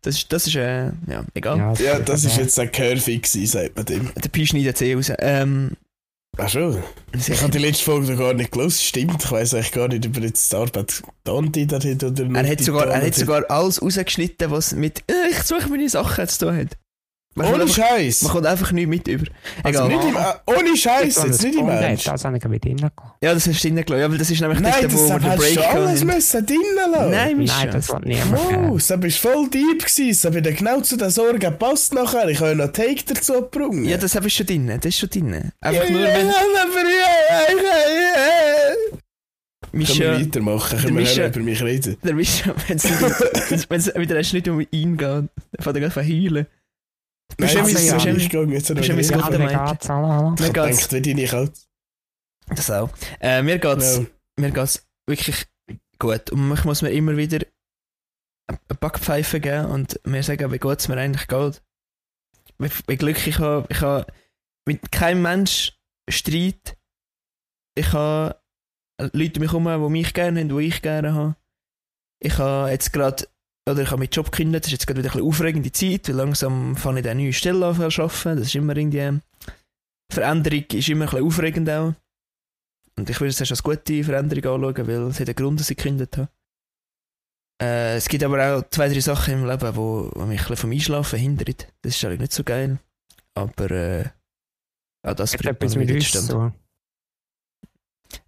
Das ist, das ist, äh, ja, egal.
Ja, das ist jetzt ein Curvy gewesen, sagt man dem.
Der Pi schneidet eh raus. Ähm,
Ach schon. Ich
sicher.
habe die letzte Folge noch gar nicht gelesen, stimmt. Ich weiß eigentlich gar nicht, ob er jetzt die Arbeit getan hat oder nicht.
er hat sogar, er hat sogar alles rausgeschnitten, was mit, äh, ich suche meine Sachen zu tun hat. Man, kommt
Ohne
einfach,
Scheiß!
man kommt einfach nichts mit über.
Also
Egal.
nicht im, äh, ohne Scheiß,
Jetzt
jetzt nicht im Ernst.
Das habe ich gerade hingekommen.
ja, das hast du reingelassen. Ja, weil das ist nämlich
Nein,
dort,
das
wo wir den
hättest
Break
du alles
hatten.
müssen drinnen lassen.
Nein, Mischa.
Nein, das wollte niemand
Wow,
hören.
das war voll deep. gewesen. Das hat mir genau zu den Sorgen gepasst nachher. Ich habe ja noch einen Take dazu gebrungen.
Ja, das ist schon drin. Das ist schon drin. Einfach nur,
ja,
wenn
aber ja, ja, ja, ja. Können wir
Mischa...
weitermachen?
Der
Können wir
Mischa-
hören, über mich reden?
Der Mischa, wenn es nicht- wenn es wieder nicht um ihn geht, dann fängt er gleich an zu heulen. Mischa,
Mischa,
Nein, das ist
Mischa,
nicht gegangen, jetzt habe ich
Mischa,
noch
Mischa,
Ja,
nicht.
wie
Gott, Mike.
geht's? Hallo, hallo.
Ich
Mir
habe
geht's,
gedacht, wie deine Kalt.
das auch. Äh, mir geht's,
Ja.
mir geht's wirklich gut. Und ich muss mir immer wieder eine Backpfeife geben und mir sagen, wie gut es mir eigentlich geht. Wie, wie Glück ich habe. Ich habe mit keinem Mensch Streit. Ich habe Leute um mich herum, die mich gerne haben, die ich gerne habe. Ich habe jetzt gerade, oder ich habe meinen Job gekündigt, das ist jetzt gerade wieder eine aufregende Zeit, weil langsam fange ich eine neue Stelle ähm, an zu arbeiten. Das ist immer irgendwie, Veränderung ist immer ein bisschen aufregend auch. Und ich würde es erst als gute Veränderung anschauen, weil es hat einen Grund, dass ich gekündigt habe. Äh, es gibt aber auch zwei, drei Sachen im Leben, wo, wo mich ein bisschen vom Einschlafen hindert. Das ist eigentlich nicht so geil. Aber äh, auch das
Hat
bringt
etwas
man
mit
wieder
uns
zustande.
zu.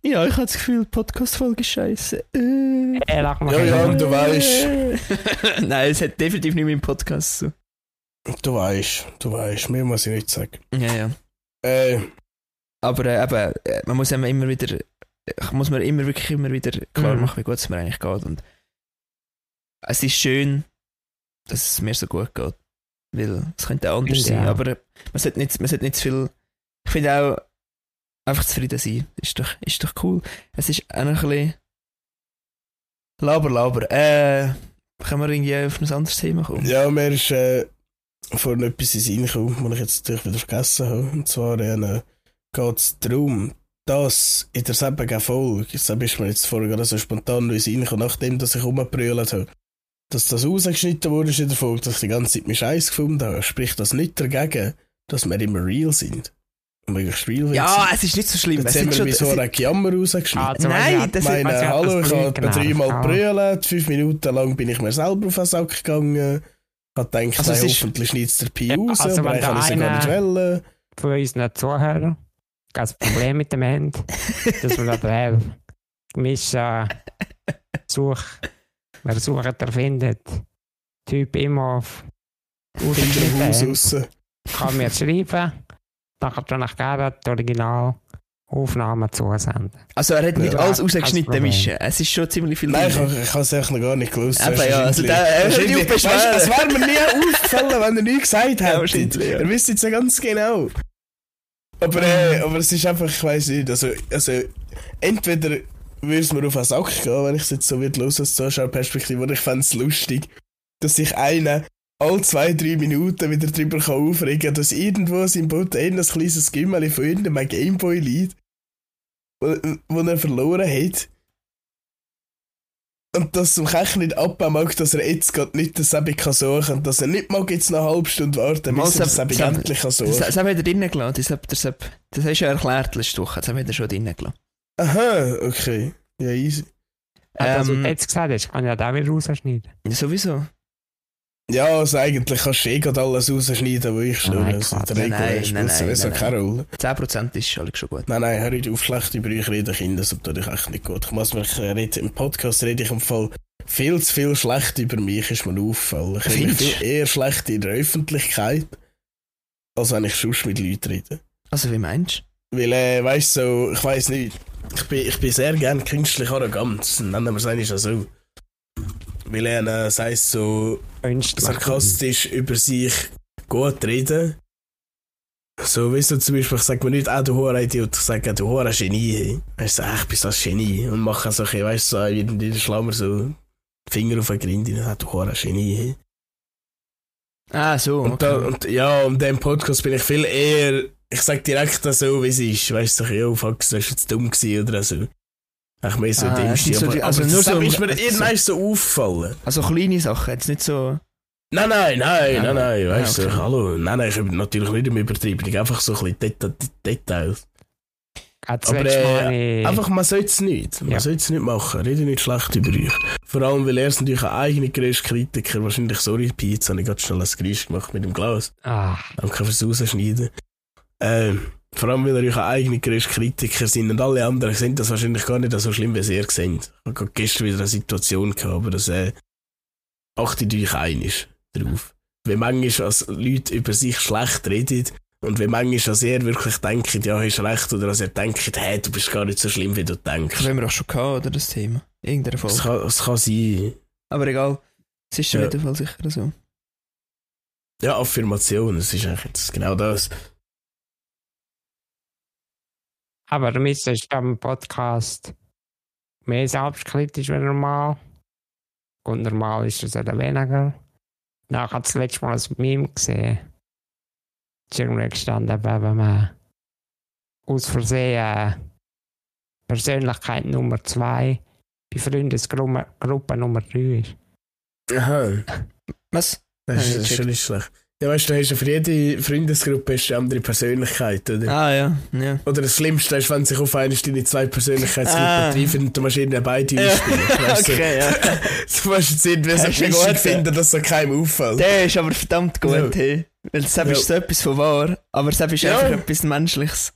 Ja, ich habe das Gefühl, die Podcast-Folge ist scheiße. Äh.
Äh, lach mal.
Ja, ja,
ein.
aber du
weißt. Nein, es hat definitiv nicht mit dem Podcast zu.
Du weißt, du weißt, mehr muss ich nicht sagen.
Ja, ja.
Äh,
Aber äh, eben, äh, man muss eben immer wieder, ich muss mir immer wirklich immer wieder klar
Mhm.
machen, wie gut es mir eigentlich geht. Und es ist schön, dass es mir so gut geht. Weil es könnte auch anders
Ja.
sein. Aber äh, man sollte nicht, man sollte nicht zu viel. Ich finde auch, einfach zufrieden sein. Ist doch, ist doch cool. Es ist auch noch ein bisschen. Laber, laber. Äh, können wir irgendwie auf ein anderes Thema kommen?
ja, mir ist äh, vorhin etwas in den Sinn gekommen, was ich jetzt natürlich wieder vergessen habe. Und zwar äh, geht es darum, dass in derselben Folge, das ist mir jetzt vorher gerade so spontan in den Sinn gekommen, nachdem dass ich rumgebrüllt habe, dass das rausgeschnitten wurde in der Folge, dass ich die ganze Zeit mich scheiß gefunden habe, spricht das nicht dagegen, dass wir immer real sind. Und möglichst real
Ja,
sind.
es ist nicht so schlimm.
Jetzt
es
haben
sind Ah,
wir bei so
es-
einer Jammer rausgeschnitten.
Also,
Nein,
weißt du,
das- Genau,
Ich meine,
weißt du, hat
hallo,
das
ich habe
Brühe genervt.
dreimal
Ah.
brüllt, fünf Minuten lang bin ich mir selber auf den Sack gegangen. Ich gedacht,
Also
also
es ist-
hoffentlich schneidet der Pi
Ja,
raus,
also
aber
wenn
ich kann
der
es ja gar nicht wählen.
Von unseren Zuhörern gab es Problem mit dem Hand, dass wir da drauf mischen, such, wer sucht, der findet. Typ immer auf
Aus dem Haus
Hand.
raus.
kann mir schreiben, dann kannst du nach Gerhard die Originalaufnahmen zusenden.
Also er hat nicht
Ja,
alles
kein
rausgeschnitten,
Problem.
Mische. Es ist schon ziemlich viel
Nein, ich,
drin.
habe- ich habe es echt noch gar nicht gewusst.
Eben,
Weißt du,
ja, also
wahrscheinlich-
da- äh, hör nicht auf
wahrscheinlich-
beschweren.
Weißt du, Es wäre mir nie aufgefallen, wenn er nie gesagt
Ja,
hätte.
wahrscheinlich, ja.
Ihr wisst jetzt ja ganz genau. Aber, äh, aber es ist einfach, ich weiß nicht, also, also entweder würde es mir auf den Sack gehen, wenn ich es jetzt so wird los aus Zuschauerperspektive, oder ich fände es lustig, dass sich einer alle zwei, drei Minuten wieder drüber kann aufregen kann, dass irgendwo sein Boot ein kleines Gimmel von irgendeinem Gameboy liegt, wo, wo er verloren hat. Und dass zum Kech nicht abbauen mag, dass er jetzt gerade nicht den Sebi kann suchen kann. Dass er nicht mag jetzt noch eine halbe Stunde warten,
Mal,
bis er den
Sebi-
Sebi
Sebi-
endlich kann suchen
Das, das haben wir drinnen gelassen. Das, hab- das, hab- das hast du ja erklärt letzte Woche. Das haben wir da schon drinnen gelassen.
Aha, okay. Ja, easy.
Aber was du
Ähm,
Also, jetzt gesagt hast, kann ich ja da wieder rausschneiden.
ja, sowieso.
Ja, also eigentlich kannst du eh gerade alles rausschneiden, wo ich schnurre.
Nein,
Also, in der
Quatsch.
Regel
Nein,
spielt
nein,
es
nein,
sowieso
nein,
keine Rolle.
10% ist alles schon gut.
Nein, nein, hör nicht auf, schlecht über euch reden, Kinder, das tut euch echt nicht gut. Ich muss mich, äh, reden, im Podcast rede ich im Fall viel zu viel schlecht über mich, ist mir aufgefallen. Ich rede
Findest du?
viel eher schlecht in der Öffentlichkeit, als wenn ich sonst mit Leuten rede.
Also wie meinst
Weil, äh, weißt du, so, ich weiß nicht, ich bin, ich bin sehr gern künstlich arrogant, nennen wir es eigentlich so. Weil er, äh, das heisst so,
Künstler.
sarkastisch über sich gut reden. So, weißt du, zum Beispiel, ich sage mir nicht, ah, du hoher Idiot, ich sage, du hoher Genie. Hey. Weißt du, ah, ich bin so ein Genie. Und mache so ein bisschen, weißt du, so, in den Schlammer so Finger auf den Grind, rein, ah, du hoher Genie. Hey.
du? Ah, so.
Und,
okay.
da, und ja, und dem Podcast bin ich viel eher, ich sag direkt das so, wie es ist. Weißt du, so, yo, fuck, das war jetzt dumm gewesen oder so. Ich mehr so
Ah,
ah,
das
dümmste,
sind so
aber,
die- also
also aber
nur
nur das so,
so-
ist mir
also so-
irgendwann so auffallen.
also kleine Sachen. Jetzt nicht so...
Nein, nein, nein,
Ah,
nein, nein, weißt
ah, okay.
du, hallo, nein, nein, ich bin natürlich nicht im Übertrieben, einfach so ein bisschen Deta Details.
Hat's
aber, äh,
letztes Mal in-
Einfach, man sollte es nicht, man
Ja.
sollte es nicht machen, rede nicht schlecht über euch. Vor allem, weil er ist natürlich ein eigener Grüßkritiker, wahrscheinlich, sorry, Pizza, habe ich gerade schnell ein Grüß gemacht mit dem Glas,
Ah,
danke fürs Rausschneiden. Ähm, vor allem, weil er euch ein eigener Grüßkritiker sind und alle anderen sind das wahrscheinlich gar nicht so schlimm, wie sie ihr seht. Ich habe gerade gestern wieder eine Situation gehabt, aber das, äh, achtet euch einisch drauf. Wie manchmal als Leute über sich schlecht reden und wie manchmal als ihr wirklich denkt, ja, hast recht, oder als ihr denkt, hey, du bist gar nicht so schlimm, wie du
Das
denkst.
haben wir auch schon gehabt, oder? Das Thema. Irgendeiner Fall.
Es kann, es kann sein.
Aber egal. Es ist schon
Ja.
wieder Fall sicher so.
Ja, Affirmation, es ist eigentlich jetzt genau das.
aber damit ist am Podcast mehr selbstkritisch als normal. Und normal ist es oder weniger. Dann hat das letzte Mal ein Meme gesehen. Ist irgendwie gestanden, wenn man aus Versehen äh, Persönlichkeit Nummer 2 bei Freundesgruppe Gruppe Nummer 3 ist.
Aha.
Was?
Das
Nein, Ah,
ist, das ist schon nicht schlecht. Ja, weißt du, du hast ja für jede Freundesgruppe hast du eine andere Persönlichkeit, oder?
Ah ja, ja.
Oder das Schlimmste ist, wenn sich auf einmal deine zwei Persönlichkeitsgruppen
Ah.
treffen und du musst ihnen beide einspielen. Weißt du?
okay, ja.
Du musst jetzt irgendwie so
Das ist ein
Mischung
guter.
finden, dass so keinem auffällt.
Der ist aber verdammt gut,
Ja.
hey. Weil Seb
Ja.
ist so etwas von wahr, aber Seb ist
Ja.
einfach etwas Menschliches.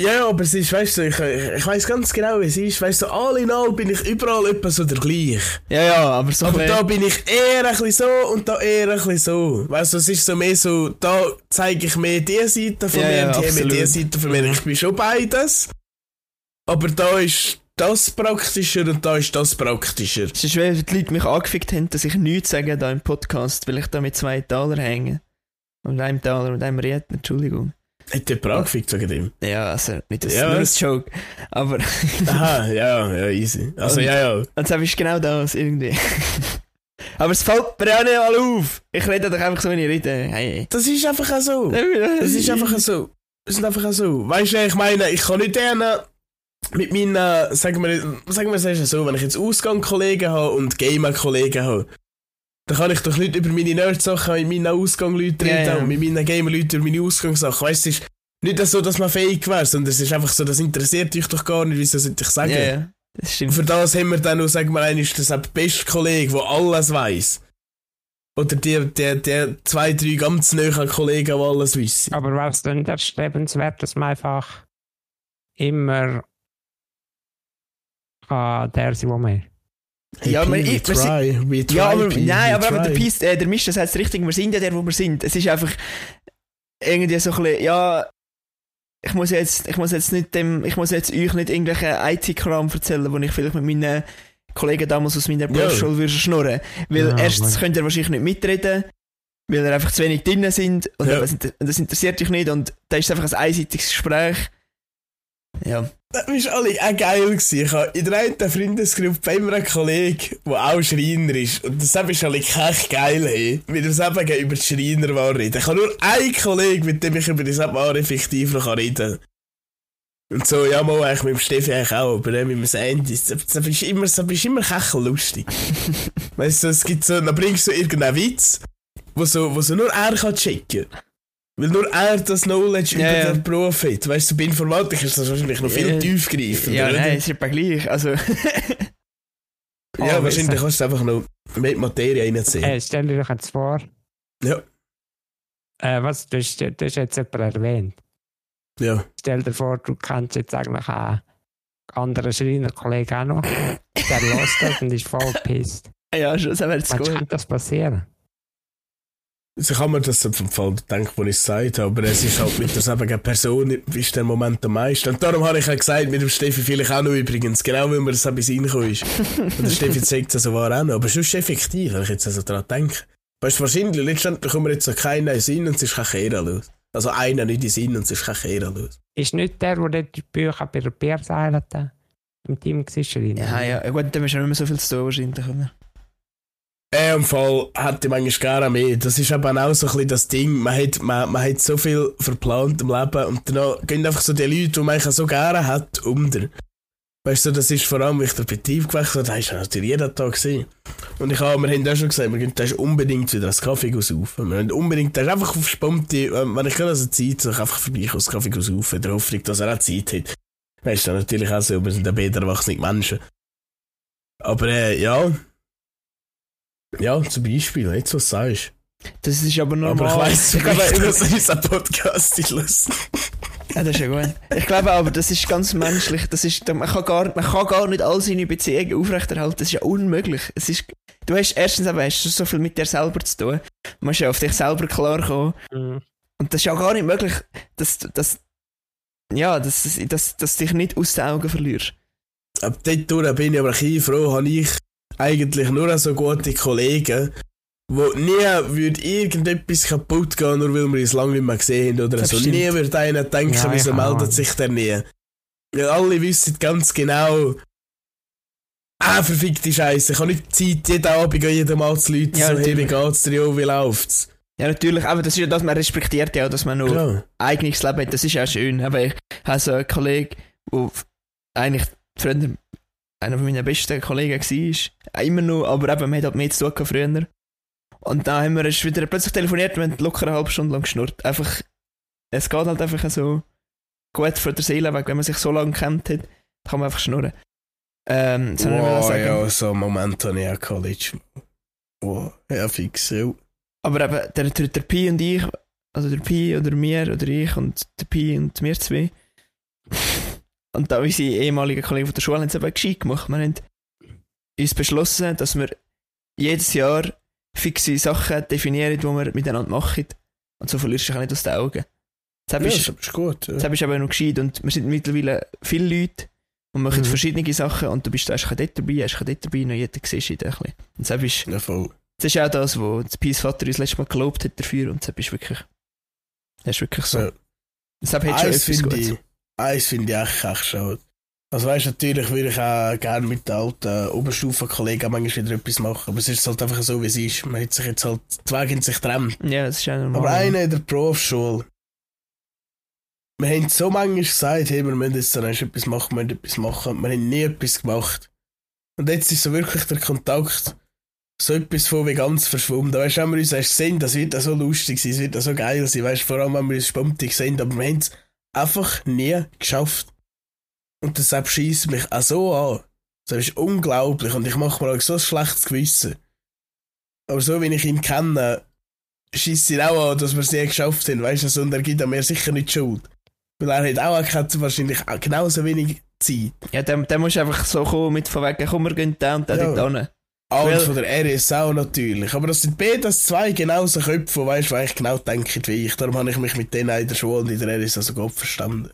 Ja, aber es ist, weißt du, ich, ich weiß ganz genau, wie es ist. Weißt du, all in all bin ich überall etwa so der gleich.
Ja, ja, aber so
Aber
ein
da
bisschen-
bin ich eher ein bisschen so und da eher ein bisschen so. Weißt du, es ist so mehr so, da zeige ich mehr die Seite von
Ja,
mir
ja,
und hier mehr
absolut.
die Seite von mir. Ich bin schon beides. Aber da ist das praktischer und da ist das praktischer.
Es ist, weil die Leute mich angefickt haben, dass ich nichts sage da im Podcast, weil ich da mit zwei Taler hänge. Und einem Taler und einem Ried, Entschuldigung.
Hat jemand angefickt wegen dem?
Ja, also nicht das
Ja,
ja, nur ein
was?
Joke. Aber
Aha, ja, ja, easy. Also,
Und-
ja, ja.
und Seb ist genau das irgendwie. aber es fällt mir auch nicht mal auf. Ich rede doch einfach so, wenn ich rede. Hey.
Das ist einfach auch so.
Das
Oh. Das ist einfach so. Das ist einfach so. Weißt du, ich meine, ich kann nicht gerne mit meinen, sagen wir, sagen wir es erst so, wenn ich jetzt Ausgang-Kollegen habe und Gamer-Kollegen habe, dann kann ich doch nicht über meine Nerd-Sachen mit meinen Ausgang-Leuten
Ja,
reden
ja.
und mit meinen Gamer-Leuten über meine Ausgangssachen. Weißt du, es ist nicht so, dass man fähig wäre, sondern es ist einfach so, das interessiert euch doch gar nicht, wieso sollte ich sagen.
Ja, ja. Das
Und
stimmt.
für das haben wir dann noch, sagen wir einmal, das eben beste Kollege, der alles weiß. Oder die, die, die zwei, drei ganz neuen Kollegen, die alles wissen.
Aber wäre es dann nicht erstrebenswert, dass man einfach immer an der sein, wo man ist?
Ja, aber ich- wir sind-
we
Ja, aber,
Pi,
nein,
we
aber, aber der
try.
Piece, äh, der Mist, das heißt richtig, wir sind ja der, wo wir sind. Es ist einfach irgendwie so ein bisschen, ja, ich muss jetzt, ich muss jetzt nicht dem, ich muss jetzt euch nicht irgendwelchen IT-Kram erzählen, wo ich vielleicht mit meinen Kollegen damals aus meiner Berufsschule würde schnurren. Weil
Ja,
erstens
Mann.
könnt ihr wahrscheinlich nicht mitreden, weil ihr einfach zu wenig drin sind und
Ja.
das, inter- das interessiert euch nicht und da ist es einfach ein einseitiges Gespräch. Ja.
Das war alle auch geil. Gewesen. Ich habe in der einen Freundesgruppe immer einen Kollegen, der auch Schreiner ist. Und das war alle echt geil, hey. Mit dem Sepp gehen über die Schreinerware reden. Ich habe nur einen Kollegen, mit dem ich über die Seppware fiktiv noch reden kann. Und so, ja, mal eigentlich mit dem Steffi eigentlich auch, aber dann mit dem Sandy. Das das ist immer, das ist immer kechellustig. weißt du, es gibt so, dann bringst du so irgendeinen Witz, wo so, wo so nur er kann checken. Weil nur er das Knowledge
Ja,
über
ja.
den Beruf hat. Weißt du, bei Informatik ist das wahrscheinlich noch viel
Ja.
tiefgreifender.
Ja,
oder?
nein, ist etwa gleich. Also,
ja
Oh,
wahrscheinlich kannst du einfach noch mehr in die Materie reinziehen.
Äh, stell dir doch jetzt vor.
Ja.
Äh, was, du hast, du hast jetzt jemanden erwähnt.
Ja.
Stell dir vor, du kannst jetzt eigentlich einen anderen Schreinerkollegen auch noch. Der lässt das und ist voll pissed.
ja, schon, das wäre jetzt
Was
gut.
kann das passieren?
So kann man das auf dem Fall denken, wo ich es gesagt habe, aber es ist halt mit derselben Person ist der Moment am meisten. Und darum habe ich ja gesagt, mit dem Steffi vielleicht auch noch übrigens, genau weil mir das eben reingekommen ist. Und der Steffi zeigt es also war auch noch, aber sonst effektiv, wenn ich jetzt also daran denke. Weißt du, wahrscheinlich, letztendlich kommen jetzt so keiner in den Sinn und es ist kein Kehrer los. Also einer nicht in den Sinn und es ist kein Kehrer los.
Ist nicht der, der dort die Bücher bei der Bears Island äh, im Team war, Schreiner?
Ja,
Mhm.
ja, gut, dann ist ja nicht mehr so viel zu tun wahrscheinlich. Oder?
Äh, im Fall hätte ich manchmal gar mehr. Das ist eben auch so ein bisschen das Ding. Man hat, man, man hat so viel verplant im Leben und dann gehen einfach so die Leute, die man eigentlich so gerne hat, unter. Weißt du, das ist vor allem, wie ich den Betrieb gewechselt habe, das war natürlich jeden Tag. Gewesen. Und ich habe, wir haben auch schon gesagt, wir gehen da unbedingt wieder ins Kaffee saufen. Wir haben unbedingt, das ist einfach auf Sponti, ähm, wenn ich gerade also Zeit habe, einfach vorbei ins Kaffee saufen, in der Hoffnung, dass er auch Zeit hat. Weißt du, natürlich auch so, wir sind ein beide erwachsene Menschen. Aber äh, ja, ja, zum Beispiel, jetzt was du sagst.
Das ist aber normal.
Aber ich weiss
ich glaube,
nicht,
über-
dass unser Podcast ist lustig.
ja, das ist ja gut. Ich glaube aber, das ist ganz menschlich. Das ist, man, kann gar, man kann gar nicht all seine Beziehungen aufrechterhalten. Das ist ja unmöglich. Es ist, du hast erstens aber hast du so viel mit dir selber zu tun. Du musst ja auf dich selber klarkommen.
Mhm.
Und das ist ja gar nicht möglich, dass, dass, ja, dass, dass, dass du dich nicht aus den Augen verlierst.
Ab dort durch bin ich aber ein bisschen froh, habe ich eigentlich nur so gute Kollegen, wo nie würde irgendetwas kaputt gehen, nur weil wir uns lange nicht mehr gesehen haben oder
Das
so.
stimmt.
Nie würde einer denken,
Ja, ich
wieso
auch.
meldet sich der nie. Weil alle wissen ganz genau, ah, verfickte Scheiße, ich habe nicht Zeit, jeden Abend jeden Mal zu Leuten
Ja,
so, hey, wie
natürlich.
geht's dir, jo, wie läuft's?
Ja, natürlich. Aber das ist ja das, man respektiert ja, dass man noch
Ja.
eigenes Leben hat. Das ist auch schön. Aber ich habe so einen Kollegen, der f- eigentlich früher Äh, einer meiner besten Kollegen war. Auch Immer noch, aber eben, man hat halt mehr zu tun gehabt früher. Und dann haben wir ist wieder plötzlich telefoniert, wir haben locker eine halbe Stunde lang geschnurrt. Einfach, es geht halt einfach so gut für die Seele weg, wenn man sich so lange kennt hat, kann man einfach schnurren. Ähm, soll ich noch was
Wow,
sagen?
ja, so einen Moment habe ich auch College. Wow, ja, fix, ja.
Aber eben, der, der, der Pi und ich, also der Pi oder mir oder ich und der Pi und wir zwei. Und da unsere ehemaligen Kollegen von der Schule haben es eben gescheit gemacht. Wir haben uns beschlossen, dass wir jedes Jahr fixe Sachen definieren, die wir miteinander machen. Und so verlierst du dich auch nicht aus den Augen. Jetzt
Ja,
habe ich-
das ist gut. Ja.
Jetzt bist du aber noch gescheit und wir sind mittlerweile viele Leute und machen
Mhm.
verschiedene Sachen und du bist hast kein dort dabei, hast kein dort dabei, noch jeder siehst du dich ein bisschen. Und so bist,
Ja, voll.
das ist auch das, wo das Pies Vater uns letztes Mal gelobt hat dafür und so bist du wirklich, das ist wirklich so.
Ja.
Deshalb hat schon
Eins
etwas
finde
Gutes.
ich, eins finde ich echt echt schade. Also weißt natürlich würde ich auch gerne mit den alten Oberstufenkollegen manchmal wieder etwas machen, aber es ist halt einfach so, wie es ist. Man hat sich jetzt halt, die Wege haben sich getrennt.
Ja, das ist auch normal.
Aber einer in der Berufsschule, wir haben so manchmal gesagt, hey, wir müssen jetzt dann erst etwas machen, wir müssen etwas machen, wir haben nie etwas gemacht. Und jetzt ist so wirklich der Kontakt so etwas von wie ganz verschwunden. Weißt du, wenn wir uns erst sehen, das wird auch so lustig sein, es wird auch so geil sein, weißt du, vor allem wenn wir uns spontan sehen, aber wir haben es einfach nie geschafft. Und deshalb schießt mich auch so an. Das ist unglaublich und ich mache mir auch so ein schlechtes Gewissen. Aber so wie ich ihn kenne, schießt ihn auch an, dass wir es nie geschafft haben, weißt du, so, und er gibt an mir sicher nicht die Schuld. Weil er hat auch gehabt, wahrscheinlich auch genauso wenig Zeit.
Ja, dann, dann musst du einfach so kommen mit von wegen, komm, wir gehen da und da
Ja.
dort hin.
Ah, und
Weil-
von der RSA natürlich. Aber das sind beides zwei genauso Köpfe, weißt du, ich genau denken wie ich. Darum habe ich mich mit denen in der Schule und in der RSA so gut verstanden.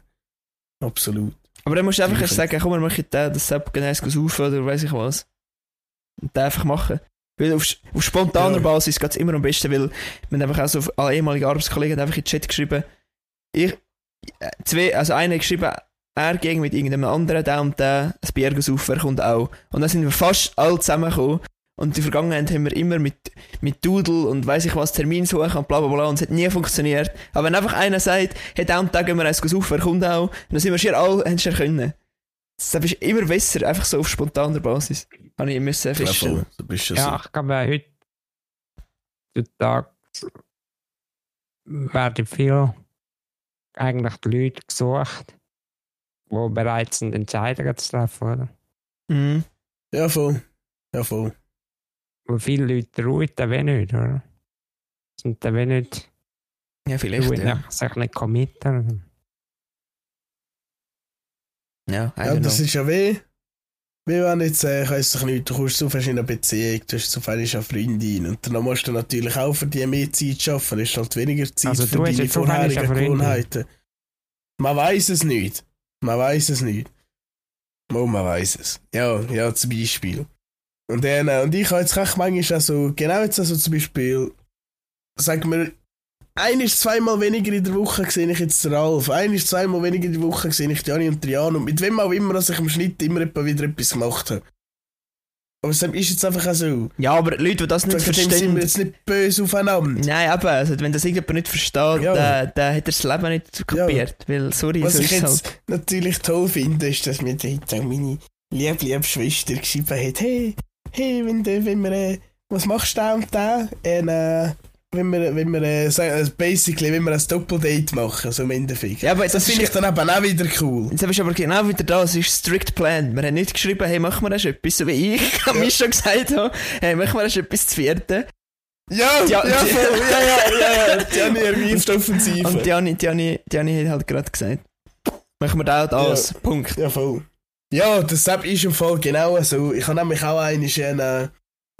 Absolut.
Aber dann musst du einfach
Mhm.
erst sagen, komm, wir machen da, das Sepp geht eins saufen oder weiss ich was. Und das einfach machen. Weil auf, auf spontaner
Ja.
Basis geht es immer am besten, weil man einfach auch so alle ehemaligen Arbeitskollegen haben einfach in den Chat geschrieben, ich, äh, zwei, also einer hat geschrieben, er ging mit irgendeinem anderen da und da ein Bier saufen, er kommt auch. Und dann sind wir fast alle zusammengekommen. Und in der Vergangenheit haben wir immer mit, mit Doodle und weiß ich was Termin suchen und bla bla bla und es hat nie funktioniert. Aber wenn einfach einer sagt, hey, da und da gehen wir eins saufen, er kommt auch, dann sind wir schier alle, haben schon können. Das ist immer besser, einfach so auf spontaner Basis. Habe ich müssen feststellen.
Ja, voll. Du bist ja,
Ja, ich glaube, heute, heutzutage werden viel eigentlich die Leute gesucht, die bereit sind, Entscheidungen zu treffen. Oder?
Mhm.
so. Ja, voll. Ja, voll.
Wo viele Leute ruhen, dann wenn nicht, oder? Sind dann wenn nicht,
Ja, vielleicht.
ruhen,
Ja,
ja. sich nicht committen.
ja, I
Ja,
don't
das
know.
ist ja weh. Wie wenn jetzt, äh, ich weiss doch nicht, du kommst zu in einer Beziehung, du hast zu eine Freundin und dann musst du natürlich auch für die mehr Zeit arbeiten, ist halt weniger Zeit
Also
für
du hast
deine
jetzt auf einmal eine
vorherigen
Freundin.
Gewohnheiten. Man weiß es nicht. Man weiß es nicht. Oh, man weiß es. Ja, ja, zum Beispiel. Und, dann, äh, und ich habe jetzt echt manchmal auch so, genau jetzt also zum Beispiel, sag mir, ein ist zweimal weniger in der Woche sehe ich jetzt den Ralf, ein ist zweimal weniger in der Woche sehe ich Jani und Trian und mit wem auch immer, dass ich im Schnitt immer etwa wieder etwas gemacht habe. Aber es ist jetzt einfach auch so.
ja, aber Leute, die das nicht
Wegen dem sind
verstehen.
wir jetzt nicht böse aufeinander.
Nein, eben, also wenn das irgendjemand nicht versteht,
Ja.
dann, dann hat er das Leben nicht kapiert. Weil, sorry,
Was
so
ich
ist es
jetzt
halt.
natürlich toll finde, ist, dass mir dort auch meine liebe, liebe Schwester geschrieben hat, hey, hey, wenn, du, wenn wir, äh, was machst du da und da? Und, äh, wenn wir, wenn wir, äh, sagen- also basically, wenn wir ein Doppeldate machen, so im Endeffekt.
Ja, aber
Das finde ich dann eben auch wieder cool.
Jetzt bist aber genau wieder da, es ist strict planned. Wir haben nicht geschrieben, hey, machen wir das etwas, so wie ich an mich schon gesagt habe, hey, machen wir das etwas zu vierten.
Ja,
Ja, ja, voll, ja, ja, ja, ja.
Jani ergreift Offensive.
Und Diani, Diani, Diani hat halt gerade gesagt, machen wir das und das, Punkt.
Ja, voll. Ja, das Sepp ist im Fall genau so. Ich habe nämlich auch einmal einen äh,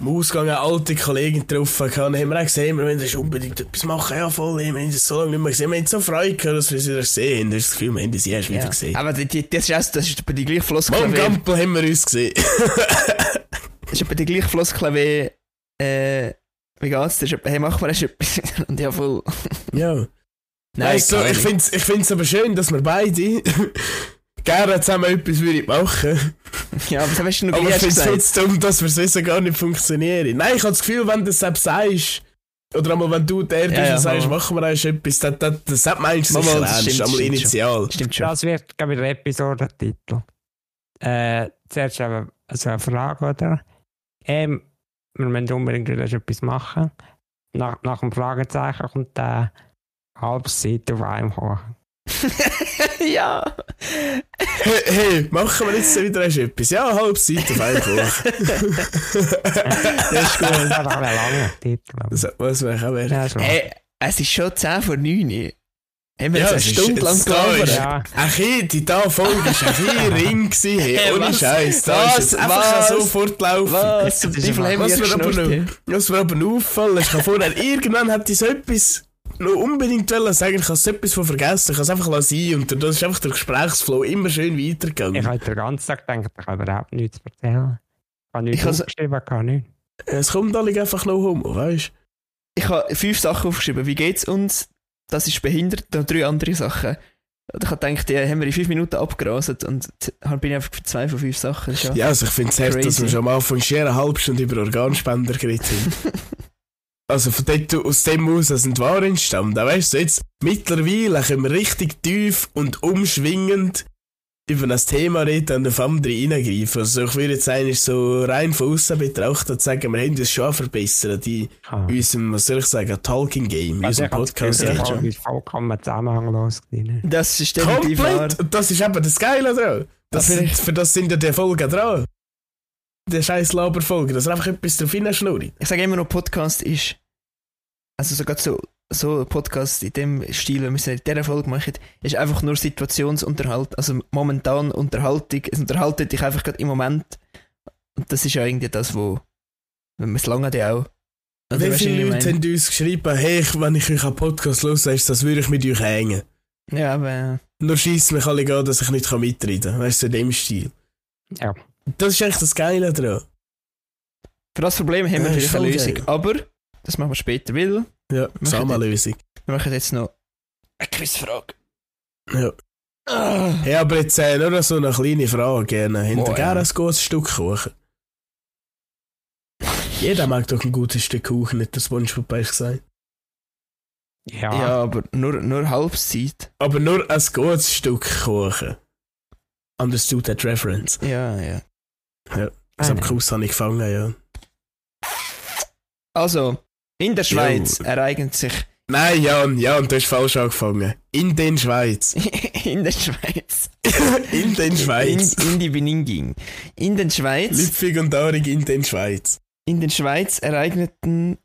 im Ausgang eine alte Kollegin getroffen. gehabt. Dann haben wir auch gesehen, wir müssen unbedingt etwas machen. Ja, voll, wir haben das so lange nicht mehr gesehen. Wir haben so Freude gehabt, dass wir sie wieder sehen. Das ist das Gefühl, wir haben sie erst wieder
Ja.
gesehen.
Aber die, die, das ist, auch- das ist etwa die gleiche Floskel,
Morgen
wie-
Gampel haben wir uns gesehen.
das ist etwa die gleiche Floskel wie, äh, wie geht's, das ist etwa, hey, machen wir das etwas, und ja, voll,
ja.
nein,
weißt du,
keine
ich
Ahnung.
finde es ich find's aber schön, dass wir beide gerne zusammen etwas würden machen
ja, aber das hast du noch
Aber
gleich
ich finde
gesagt.
es dumm, dass wir es wissen, gar nicht funktionieren. Nein, ich habe das Gefühl, wenn du es selbst sagst, oder einmal wenn du der bist
ja,
und sagst,
voll.
machen wir erst etwas, das, das, das sagt meinst du
Mal,
sicher
mal, das
ernst,
stimmt,
einmal
stimmt schon.
initial.
Stimmt schon.
Das wird glaub ich, der Episodentitel. Äh, zuerst eben so eine Frage, oder? Ähm, wir müssen unbedingt wieder etwas machen. nach, nach dem Fragezeichen kommt der Halbseite auf einem hoch.
ja.
Hey, hey, machen wir jetzt wieder etwas? Ja, halb Seite auf einen Koch.
Das ist
Das
gut.
ist einfach ein langer Titel. aber-
Das muss man auch werden.
Ja, schon.
Hey, Äh, es ist schon 10 vor 9. Uhr. Haben wir
Ja,
jetzt eine
es ist-
Stunde lang
es da
gelabert?
ist-
ja,
Ach, hey, die da Folge war ein bisschen ring. Gewesen, hey,
Hey,
ohne
was?
Scheiß. Da
Was?
ist jetzt einfach
Was?
so fortlaufen.
Was zum
Das ist
Teufel
wahr.
haben wir
Was wir aber
geschnurrt?
noch- Was mir aber noch auffällt, ist, ich habe vorher irgendwann hat so etwas noch unbedingt wollen sagen, ich habe so etwas von vergessen, ich habe es einfach lassen und dadurch ist einfach der Gesprächsflow immer schön
ich
weitergegangen.
habe den ganzen Tag gedacht, ich kann überhaupt nichts erzählen. Ich habe nichts
Ich has-
aufgeschrieben, gar nichts.
Es kommt alle einfach noch um, weißt
Ich habe fünf Sachen aufgeschrieben. Wie geht's uns? Das ist behindert und drei andere Sachen. Und ich habe gedacht, die haben wir in fünf Minuten abgerastet und dann bin ich einfach für zwei von fünf Sachen. Das ist
du?
Ja.
Ja, also ich finde es hart, dass
Crazy.
wir schon am Anfang schier eine halbe Stunde über Organspender geredet haben. Also von dort aus dem aus, dass ein Wahr entstammt. Aber weißt du, jetzt mittlerweile können wir richtig tief und umschwingend über das Thema reden und auf andere hineingreifen. Also ich würde jetzt eigentlich so rein von außen betrachtet sagen, wir haben das schon verbessert in
Ich habe-
unserem, was soll ich sagen, Talking Game, in
Also
unserem
ich habe das
Podcast.
Gefühl, die
ja.
Folge ist vollkommen zusammenhanglos. gewesen.
Das ist definitiv wahr.
Komplett! Und das ist eben das Geile dran. Das
Aber
sind,
ich-
für das sind ja die Folgen dran. Der scheiß Laberfolge, dass er einfach etwas drauf hinschnurrt.
Ich sage immer noch, Podcast ist. Also sogar so, so ein Podcast in dem Stil, wenn wir es in dieser Folge machen, ist einfach nur Situationsunterhalt. Also momentan Unterhaltung. Es unterhaltet dich einfach gerade im Moment. Und das ist ja irgendwie das, wo. Wenn man es lange hat, ja auch. Oder
Wie
Also, weißt du,
viele
was ich
Leute
meine?
haben uns geschrieben, hey, ich- wenn ich euch einen Podcast höre, das würde ich mit euch hängen.
Ja, aber. äh,
Nur schießt mich alle an, dass ich nicht kann mitreden kann. Weißt du, in dem Stil.
Ja.
Das ist eigentlich das Geile dran.
Für das Problem haben wir
Ja,
natürlich eine
ist voll
Lösung. Aber das machen wir später, weil
Ja, Zusammenlösung.
wir machen jetzt noch eine Quizfrage.
Ja.
Ah.
Hey, aber jetzt äh, nur noch so eine kleine Frage gerne. Habt ihr
Boah,
gerne
ja.
ein gutes Stück Kuchen? Jeder mag doch ein gutes Stück Kuchen, nicht der Spongebob hast gesagt.
Ja,
Ja, aber nur, nur Halbzeit.
Aber nur ein gutes Stück Kuchen. Understood that reference.
Ja, ja.
Das
Ah,
habe
nein.
ich habe ich gefangen, ja.
Also, in der Schweiz
Jo.
ereignet sich.
Nein, Jan, Jan, du hast falsch angefangen. In den Schweiz.
in der Schweiz.
In den Schweiz.
In, in die Beninging. In den Schweiz.
Lüpfig und daurig in den Schweiz.
In den Schweiz ereigneten.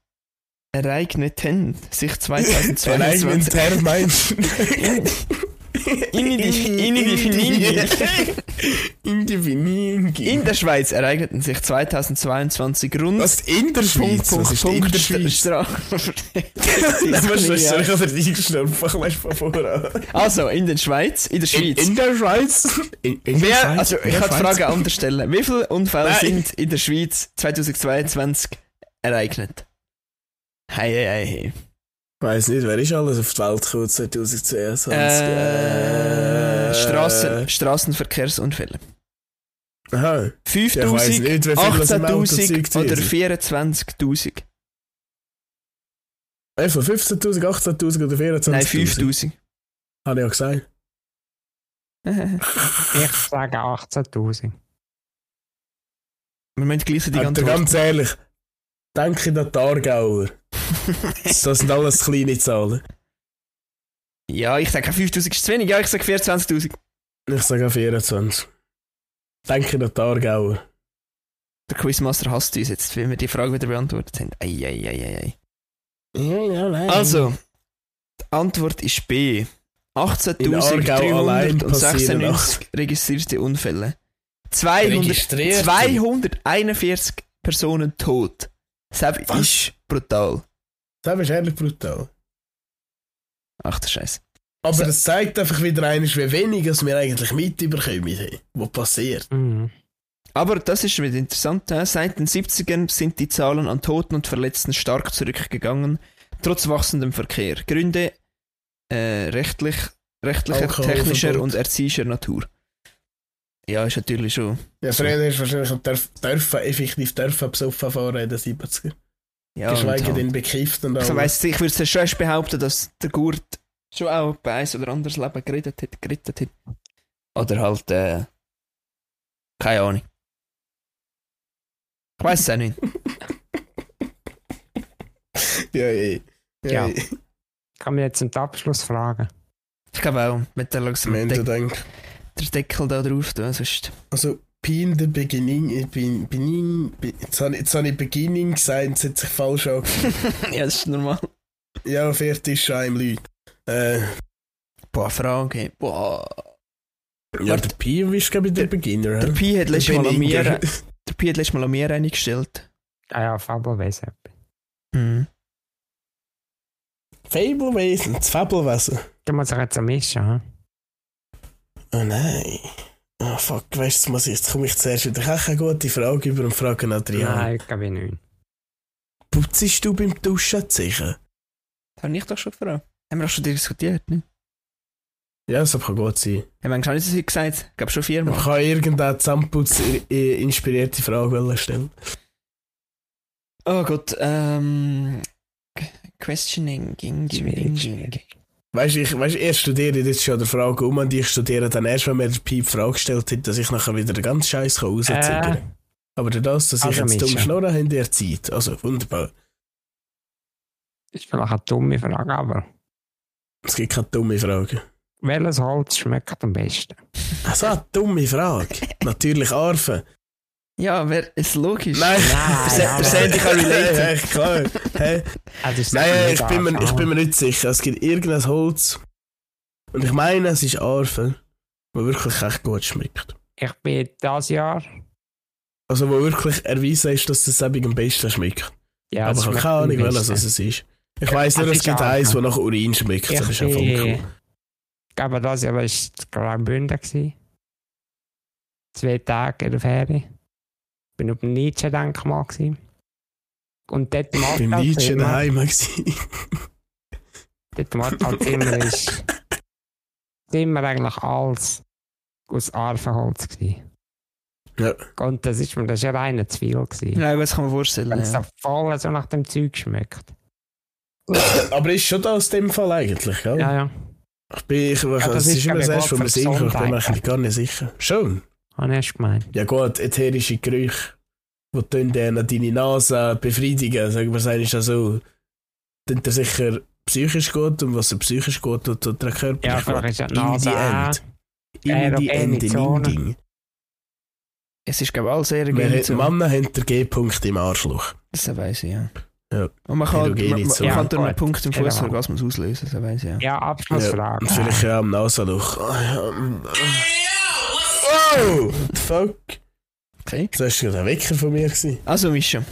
Ereigneten sich
Ein eigenen
2022.
Term meinst du?
In die- in die-
In die
In
Viningi.
der Schweiz ereigneten sich 2022 rund.
Was in der Schweiz? Was ist in der Schweiz? Das war schon
Strafverschwendung.
ich habe dich gestorben. Fang mal von vorne an.
Also, in der Schweiz, in der
In,
Schweiz.
in der Schweiz? In, in der
Wer,
Schweiz?
also
In
ich
der
kann die
Schweiz?
Frage anders stellen. Wie viele Unfälle
Nein.
sind in der Schweiz 2022 ereignet? Hei, hei, hei, hei.
Ich weiss nicht, wer ist alles auf die Welt gekommen 2022?
Äh,
Äh,
Strassen, Straßenverkehrsunfälle.
Aha, ja, ich weiss
5000,
nicht, wie viel das im Autozeug
18.000 oder
gewesen
24.000?
ist. Äh, von 15.000, 18.000 oder 24.000?
Nein, 5.000.
Habe ich ja gesagt.
Wir
ich sage 18.000.
müssen gleich so die
Aber
ganze
ganz ehrlich, denke ich an die Aargauer. Das sind alles kleine Zahlen.
Ja, ich sage 5.000 ist zu wenig. Ja, ich sage 24.000.
Ich sage auch 24. Denke ich an die Aargauer.
Der Quizmaster hasst uns jetzt, weil wir die Frage wieder beantwortet haben. Ei, ei, ei, ei, ei. Also, die Antwort ist B.
In Aargau allein
18.396
passieren
registrierte Unfälle. 200, 241 Personen tot. Das
Was?
ist brutal.
Das ist ehrlich brutal.
Ach du Scheiße.
Aber das zeigt einfach wieder einmal, wie wenig es wir eigentlich mitbekommen haben, was passiert.
Mhm.
Aber das ist wieder interessant. hä? Seit den 70ern sind die Zahlen an Toten und Verletzten stark zurückgegangen, trotz wachsendem Verkehr. Gründe äh, rechtlich, rechtlicher,
Alkoholverbot.
technischer und erzieherischer Natur. Ja, ist natürlich schon.
Ja, früher ist wahrscheinlich am Dörf, dürfen, effektiv dürfen besoffen fahren in den 70er.
Ja,
Geschweige
und halt.
denn bekifft und
Ich,
alles.
weiss, ich würde schon erst behaupten, dass der Gurt schon auch bei eins oder anderes Leben gerettet hat, gerettet hat. Oder halt, äh, keine Ahnung. Ich weiß es auch nicht.
Ja, ja, ja.
Ja. Kann man jetzt zum Abschluss fragen.
Ich glaube auch, mit der langsam
Am Ende
den
denke
den Deckel da drauf tun, sonst.
Also, Pin the Beginning, ich bin, bin, bin, jetzt habe ich, jetzt habe ich Beginning gesagt, es hat sich falsch angefühlt.
ja, das ist normal.
ja, fertig, Scheim, Leute. Äh,
Boah, Frage. Boah.
ja,
Warte.
der Pin ist, glaube ich, der Beginner. hä?
Der Pi hat letztes Mal an mir,
Beginner.
der Pi hat letztes Mal an mir eine gestellt.
Ah ja, Fabel weiss etwas.
Mhm.
Fabelwesen, das Fabelwesen.
Da muss ich jetzt auch mischen, hm?
Oh nein. Ah, fuck, weißt du, was jetzt komme ich zuerst wieder. Ich habe eine gute Frage über und frage Adrian.
Nein, ich glaube nicht.
Putzest du beim Duschen sicher?
Das habe ich doch schon gefragt. Haben wir doch schon diskutiert, ne?
Ja, so kann gut sein.
Haben wir schon nicht so viel gesagt? Ich glaube schon
Man
viermal.
kann irgendeine Zahnputz-inspirierte Frage wollen stellen.
Oh Gott, ähm. G- Questioning, ging, ging, ging.
Weißt du, ich, weißt, du, ihr studiert jetzt schon der Frage um und ich studiere dann erst, wenn mir der Piep Frage gestellt hat, dass ich nachher wieder den ganzen Scheiß rausziehen kann.
Äh,
Aber durch das, dass
also
ich jetzt dumm
Mischa.
schnurre, habt ihr Zeit. Also wunderbar.
ist vielleicht eine dumme Frage, aber
Es gibt keine dumme Fragen.
welches Holz schmeckt am besten?
Also eine dumme Frage. Natürlich Arfen.
Ja, wer ist logisch?
Nein,
Nein,
Der Sandy kann relaten.
Ja, klar. Hä?
Also ist
Nein, ich bin, mir,
Arfen,
ich bin mir nicht sicher. Es gibt irgendein Holz. Und ich meine, es ist Arfen, wo wirklich echt gut schmeckt.
Ich bin dieses Jahr.
Also wo wirklich erwiesen ist, dass das eben am besten schmeckt.
Ja, halt es
Aber Also
schmeckt
ich habe keine
am
Ahnung, welches
besten.
es ist. Ich weiss nur,
Also
es
ich
gibt
auch.
eins, das nach Urin schmeckt. Das ist
Ich
ja voll
bin.
cool.
Aber das Jahr war Graubünden. gewesen. Zwei Tage in der Ferien. Bin auf dem Nietzsche-Denkmal. gewesen. Und dort im
Ich bin Nietzsche
Altallzimmer-
daheim. gewesen.
Dort im Altallzimmer ist Zimmer eigentlich alles aus Arvenholz. gewesen.
Ja.
Und das ist mir das ist ja reiner Zwiebel. gewesen.
Nein, das kann man vorstellen.
Wenn es
Ja.
dann voll so nach dem Zeug schmeckt.
Aber ist schon das in dem Fall eigentlich, gell?
Ja, ja.
Ich bin, ich, also
das
es
ist,
ist immer
glaub ich,
das
Gott
erste, was
für
mir Sinn kommt. Ich bin
Gesundheit.
eigentlich gar nicht sicher. Schon?
Habe ich erst gemeint.
Ja gut, ätherische Gerüche, die tun dann an deine Nase befriedigen, sagen wir es einmal so. Tun dir sicher psychisch gut und was er psychisch gut tut, tut er auch körperlich
Ja, Äh,
gut.
vielleicht ist ja die
In die
Nase auch.
End. In die
erogene
End, in
Zone.
die Ding.
Es ist, glaube ich, alles
Wir
erogene
haben-
Zone.
Männer haben den G-Punkt im Arschloch.
Das weiss ich, ja.
Ja.
Und man kann, man,
Erogene
man, man
Zone.
kann durch
Ja,
einen Punkt im
genau.
Fußorgasmus auslösen, das weiss ich, ja.
Ja, Abschlussfrage.
Und vielleicht auch am Nasenloch. Ah, ja, mm, ah. Oh! the Fuck!
Okay.
Das war gerade ein Wecker von mir. Gewesen.
Also, Mischa.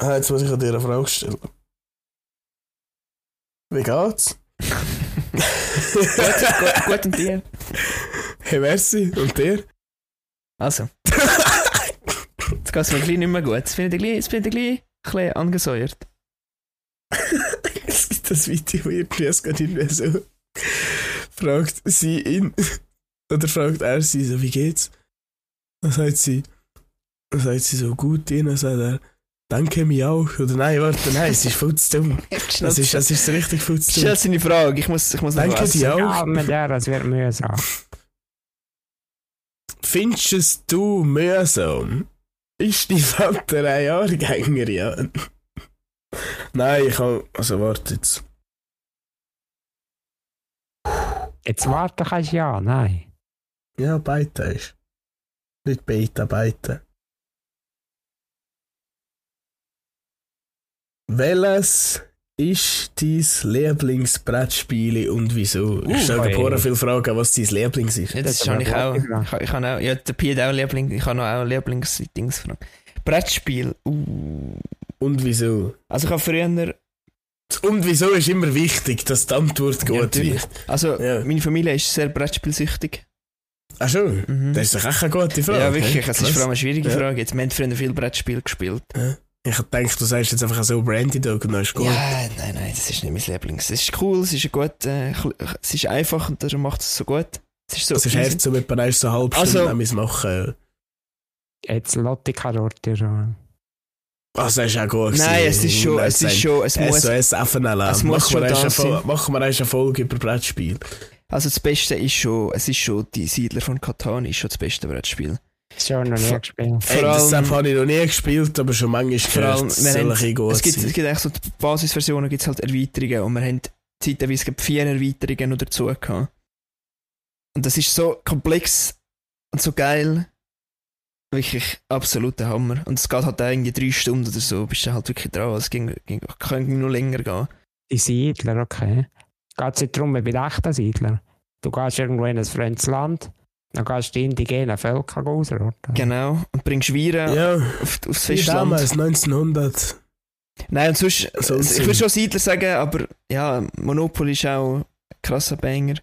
Ah, jetzt muss ich dir eine Frage stellen. Wie geht's?
gut, gut und dir?
Hey, merci. Und dir?
Also, jetzt geht es mir gleich nicht mehr gut. Jetzt bin ich gleich, jetzt bin ich gleich ein bisschen angesäuert.
es gibt das Video, wo irgendwie es geht irgendwie so fragt sie ihn oder fragt er sie so, wie geht's? Dann sagt sie, dann sagt sie so, gut, ihn, dann sagt er, danke mir auch. Oder nein, warte, nein, es ist voll zu dumm. Das ist, das ist richtig voll zu
Stell
dumm.
seine Frage, ich muss, ich muss noch
Danke
was-
dir auch.
Ja, mit der, das wird mühsam.
Findest du mühsam? Ist die Vater ein Jahrgänger, Jan? Nein, ich kann, also warte jetzt.
Jetzt warte kannst du ja, nein.
Ja, Beta ist. Nicht Beta, Beta. Welches ist dein Lieblingsbrettspiel und wieso?
Uh,
ich stelle dir
hey.
vorher viele Fragen, was dein Lieblings ist.
Ja,
Das
das
ist
habe ich
aber
auch.
eine gute
Ich, ich habe auch. Ja, der Pi hat auch Liebling, ich habe noch auch Lieblingsdings gefragt. Brettspiel. Uh.
Und wieso?
Also ich habe früher.
Das Und wieso ist immer wichtig, dass die Antwort
Ja,
gut
natürlich.
wird.
Also
Ja.
meine Familie ist sehr brettspielsüchtig.
Ach schon?
Mhm.
Das ist doch echt eine gute Frage.
ja, wirklich.
hä?
Es ist vor allem eine schwierige
Ja.
Frage. Jetzt, wir haben früher viel Brettspiel gespielt.
Ich denke, du sagst jetzt einfach so Brandy Dog und dann ist gut.
Ja, nein, nein, das ist nicht mein Lieblings. Es ist cool, es ist gut, äh, chl- es ist einfach und darum macht es so gut. Es ist so
Das ist
easy.
Herz, so mit einer so halb
Also-
Stunde also, es machen.
Jetzt Lotti Karotti schon.
Also, das ist auch gut.
Nein,
gewesen.
es ist schon, es
Nein,
ist schon, es muss.
SOS
Es
FN-Alarm.
muss
Machen wir
schon
erst
da
eine
sein.
Fol- machen wir erst eine Folge über Brettspiel.
Also das Beste ist schon, es ist schon die Siedler von Catan ist schon das beste Brettspiel.
Schon noch nie
Vor-
gespielt.
Hey,
Vor
das
allem-
App habe ich noch nie gespielt, aber schon manchmal
Vor allem,
gehört, es
wir
soll
haben-
ein bisschen gut
Es gibt,
sein.
es gibt eigentlich so die Basisversionen, gibt es halt Erweiterungen und wir haben zeitweise gerade vier Erweiterungen noch dazu gehabt. Und das ist so komplex und so geil. Wirklich absoluter Hammer. Und es geht halt auch irgendwie drei Stunden oder so, bist du halt wirklich dran. Es ging, ging, könnte noch länger gehen.
Die Siedler, okay. Geht es nicht darum, wie bei echten Siedlern? Du gehst irgendwo in ein fremdes Land, dann gehst du die indigenen Völker ausrotten.
Genau. Und bringst Viren
Ja,
auf, aufs
wie
Festland.
damals, Also 1900.
Nein, und sonst,
So ein
ich
Sinn.
würde schon Siedler sagen, aber ja, Monopoly ist auch ein krasser Banger.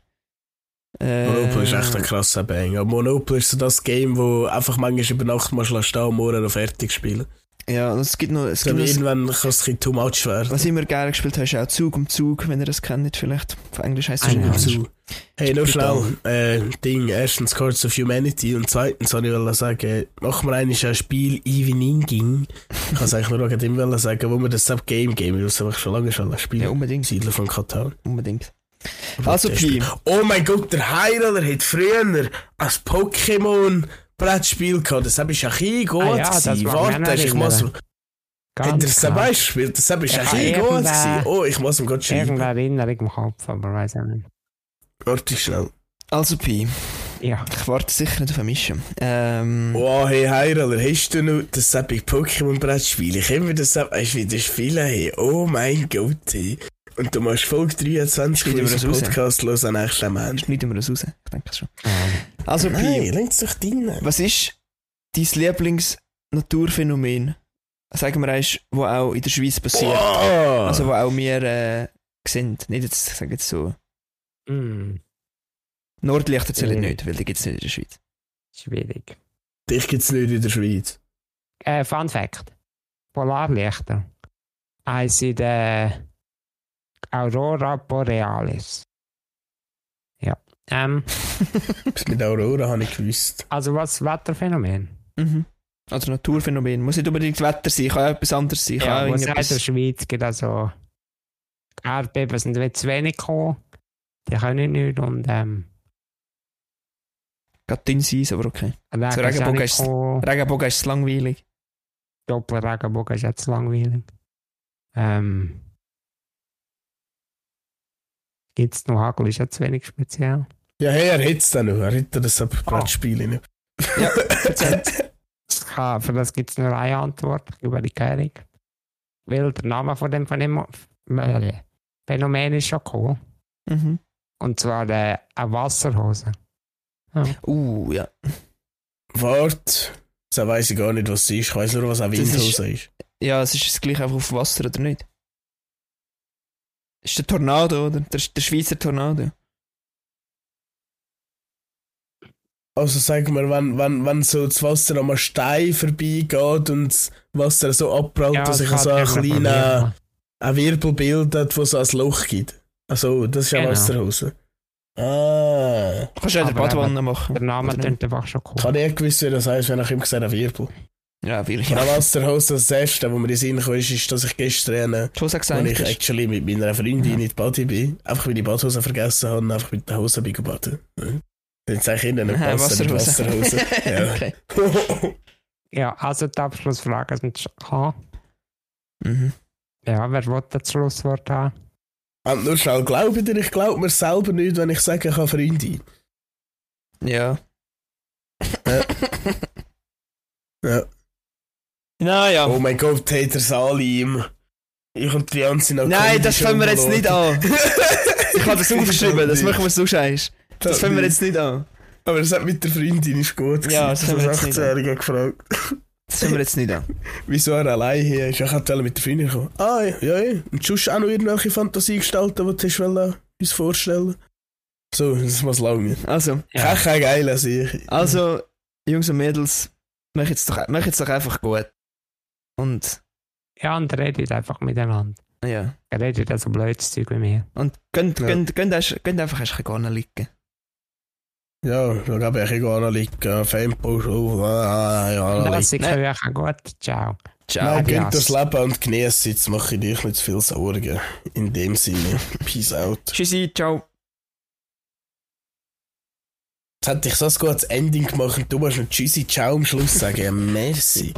Äh,
Monopoly ist echt ein krasser Bang. Aber Monopoly ist so das Game, wo einfach manchmal über Nacht mal schnell stehen und morgen noch fertig spielen.
Ja, und es gibt noch, es
Ich
gibt
glaube,
noch ein
irgendwann kann es ein bisschen too much werden.
Was ich immer gerne gespielt habe, ist auch Zug um Zug, wenn ihr das kennt, vielleicht. Auf Englisch heisst es
Ein
schon
Zug.
Zug.
Zu. Hey, nur
Brutal.
schnell, äh, Ding, erstens Cards of Humanity und zweitens wollte ich wollte sagen, machen wir eigentlich ein Spiel Ivy Ninging. Ich kann es eigentlich nur wegen dem sagen, wo wir das Sub-Game geben, weil es einfach schon lange schon
Ja,
spielen.
unbedingt.
Siedler von Katan.
unbedingt. Also,
Der
Pi,
Oh mein Gott, der Heiler hat früher als Pokémon Brettspiel gehabt. Das ist ja ein gut.
Ah ja, das mag ich
gewesen.
mich
Warte,
noch
ich muss.
erinnern.
Hat er es dabei
klar.
gespielt? Das ist ja
Ich
ein
habe
gut.
irgendeine-
gewesen. Oh, ich muss ihm gerade schreiben.
Irgendeine Erinnerung im Kopf, aber weiß auch nicht.
Warte schnell.
also Pi,
Ja,
ich warte sicher nicht auf eine Mischung. Ähm,
Oh, hey Heiler, hast du noch das Sappig Pokémon Brettspiel? Ich habe mir das Sappig. Weißt du, wie das spielen? Hey. Oh mein Gott, hey. Und du machst Folge 23
Schneiden wir das
unseren
raus?
Podcast los an nächsten Moment.
Schneiden wir das raus, ich denke es schon.
ähm,
Also
Nein,
Pi,
links doch deinen.
was ist dein Lieblings-Naturphänomen? Sagen wir eins, wo auch in der Schweiz passiert.
Oh!
Also, wo auch wir äh, sehen. Nicht jetzt, ich sage jetzt so.
mm,
Nordlichter zählen
Mhm.
nicht, weil die gibt es nicht in der Schweiz.
schwierig.
Dich gibt es nicht in der Schweiz.
Äh, Fun Fact: Polarlichter heißen der Aurora Borealis. Ja. Ähm,
Bis mit Aurora habe ich gewusst.
also, was Wetterphänomen?
Mhm. Also Naturphänomen. Muss nicht unbedingt Wetter sein, kann auch etwas anderes sein. Kann
Ja, was
auch
auch in der
irgendetwas...
Schweiz gibt, also Erdbeben sind jetzt zu wenig gekommen. Die können nicht und ähm,
Gerade dünn sein, aber okay.
Regen
So
ist auch
Regenbogen
nicht
ist-
gekommen.
Regenbogen ist langweilig.
Doppelregenbogen ist jetzt langweilig. Ähm, Gibt es noch Hagel, ist ja zu wenig speziell.
Ja, hey, er hat es dann noch. Er hat das
Ah.
Brettspiel nicht.
Das kann, für das gibt es nur eine Antwort über die Kehrung. Weil der Name von dem, von dem Phänomen ist schon cool.
Mhm.
Und zwar äh, eine Wasserhose.
Uh, ja.
Wart. Jetzt weiss ich gar nicht, was es ist. Ich weiss nur, was eine
Das ist-
Windhose ist.
Ja, es ist das gleiche einfach auf Wasser, oder nicht? Ist der Tornado, oder? Der, der Schweizer Tornado.
Also sag mal, wenn, wenn, wenn so das Wasser am Stein vorbeigeht und das Wasser so abprallt, dass sich
das
so
kann
also ein
ich nicht
kleiner
probieren.
ein Wirbel bildet, wo so ein Loch gibt. Also, das ist eine
Genau.
Wasserhose. Ah.
Kannst du auch in der
Aber
Badwanne machen.
Der Name
Oder nicht?
klingt einfach schon cool.
Ich habe nicht gewusst, wie das heisst, wenn ich ihm gesagt habe, ein Wirbel.
Ja, will ich.
Eine Wasserhose, das erste, wo mir in den Sinn kam, ist, ist, dass ich gestern äh,
Schon gesagt,
Als ich
hast.
actually mit meiner Freundin
Ja.
in die Party bin, einfach weil ich die Badhose vergessen habe und einfach mit der Hose bin gebadet. Jetzt sage ich ihnen noch
Nein,
Wasser, Wasserhose. Ja.
okay.
Ja, also die Abschlussfrage sind schon an.
Mhm.
Ja, wer will das Schlusswort haben?
und Ah, nur schnell, glaubt ihr, ich glaube mir selber nicht, wenn ich sage, ich habe Freundin.
Ja.
Ja.
Naja.
Oh mein Gott, hat er es alle ihm. Ich und die ganze noch
Nein, das fangen wir jetzt nicht an. Ich habe das aufgeschrieben, das machen wir so scheiße. Das fangen wir jetzt nicht an.
Aber das hat mit der Freundin ist gut.
Ja, das
gewesen.
fangen wir jetzt nicht an.
18-Jähriger gefragt.
Das fangen wir jetzt nicht an.
Wieso er allein hier ist? Ich wollte mit der Freundin kommen. Ah, ja, ja. Und sonst auch noch irgendwelche Fantasiegestalten, die du hast wollen, uns vorstellen So, das muss lang nicht.
Also.
Ja.
Ja. Kein geil als ich.
Also, Jungs und Mädels, macht jetzt doch, macht jetzt doch einfach gut. Und,
ja, und redet einfach miteinander.
ja.
Redet also blödes Zeug wie mir.
Und könnt,
Ja.
könnt, könnt, erst- könnt einfach erst gar nicht liegen.
Ja, da gab ich gar noch liegen. Fanpost auf. Ah, ja,
Das
liegen.
ist
Nein.
ja gut. Ciao.
Ciao.
Nein, gönnt
Adios.
das Leben und genießt Jetzt mache ich dich nicht zu viel Sorgen. In dem Sinne. Peace out.
Tschüssi, ciao.
Jetzt hätte ich so ein gutes Ending gemacht und du musst noch Tschüssi, Ciao am Schluss sagen. Ja, merci.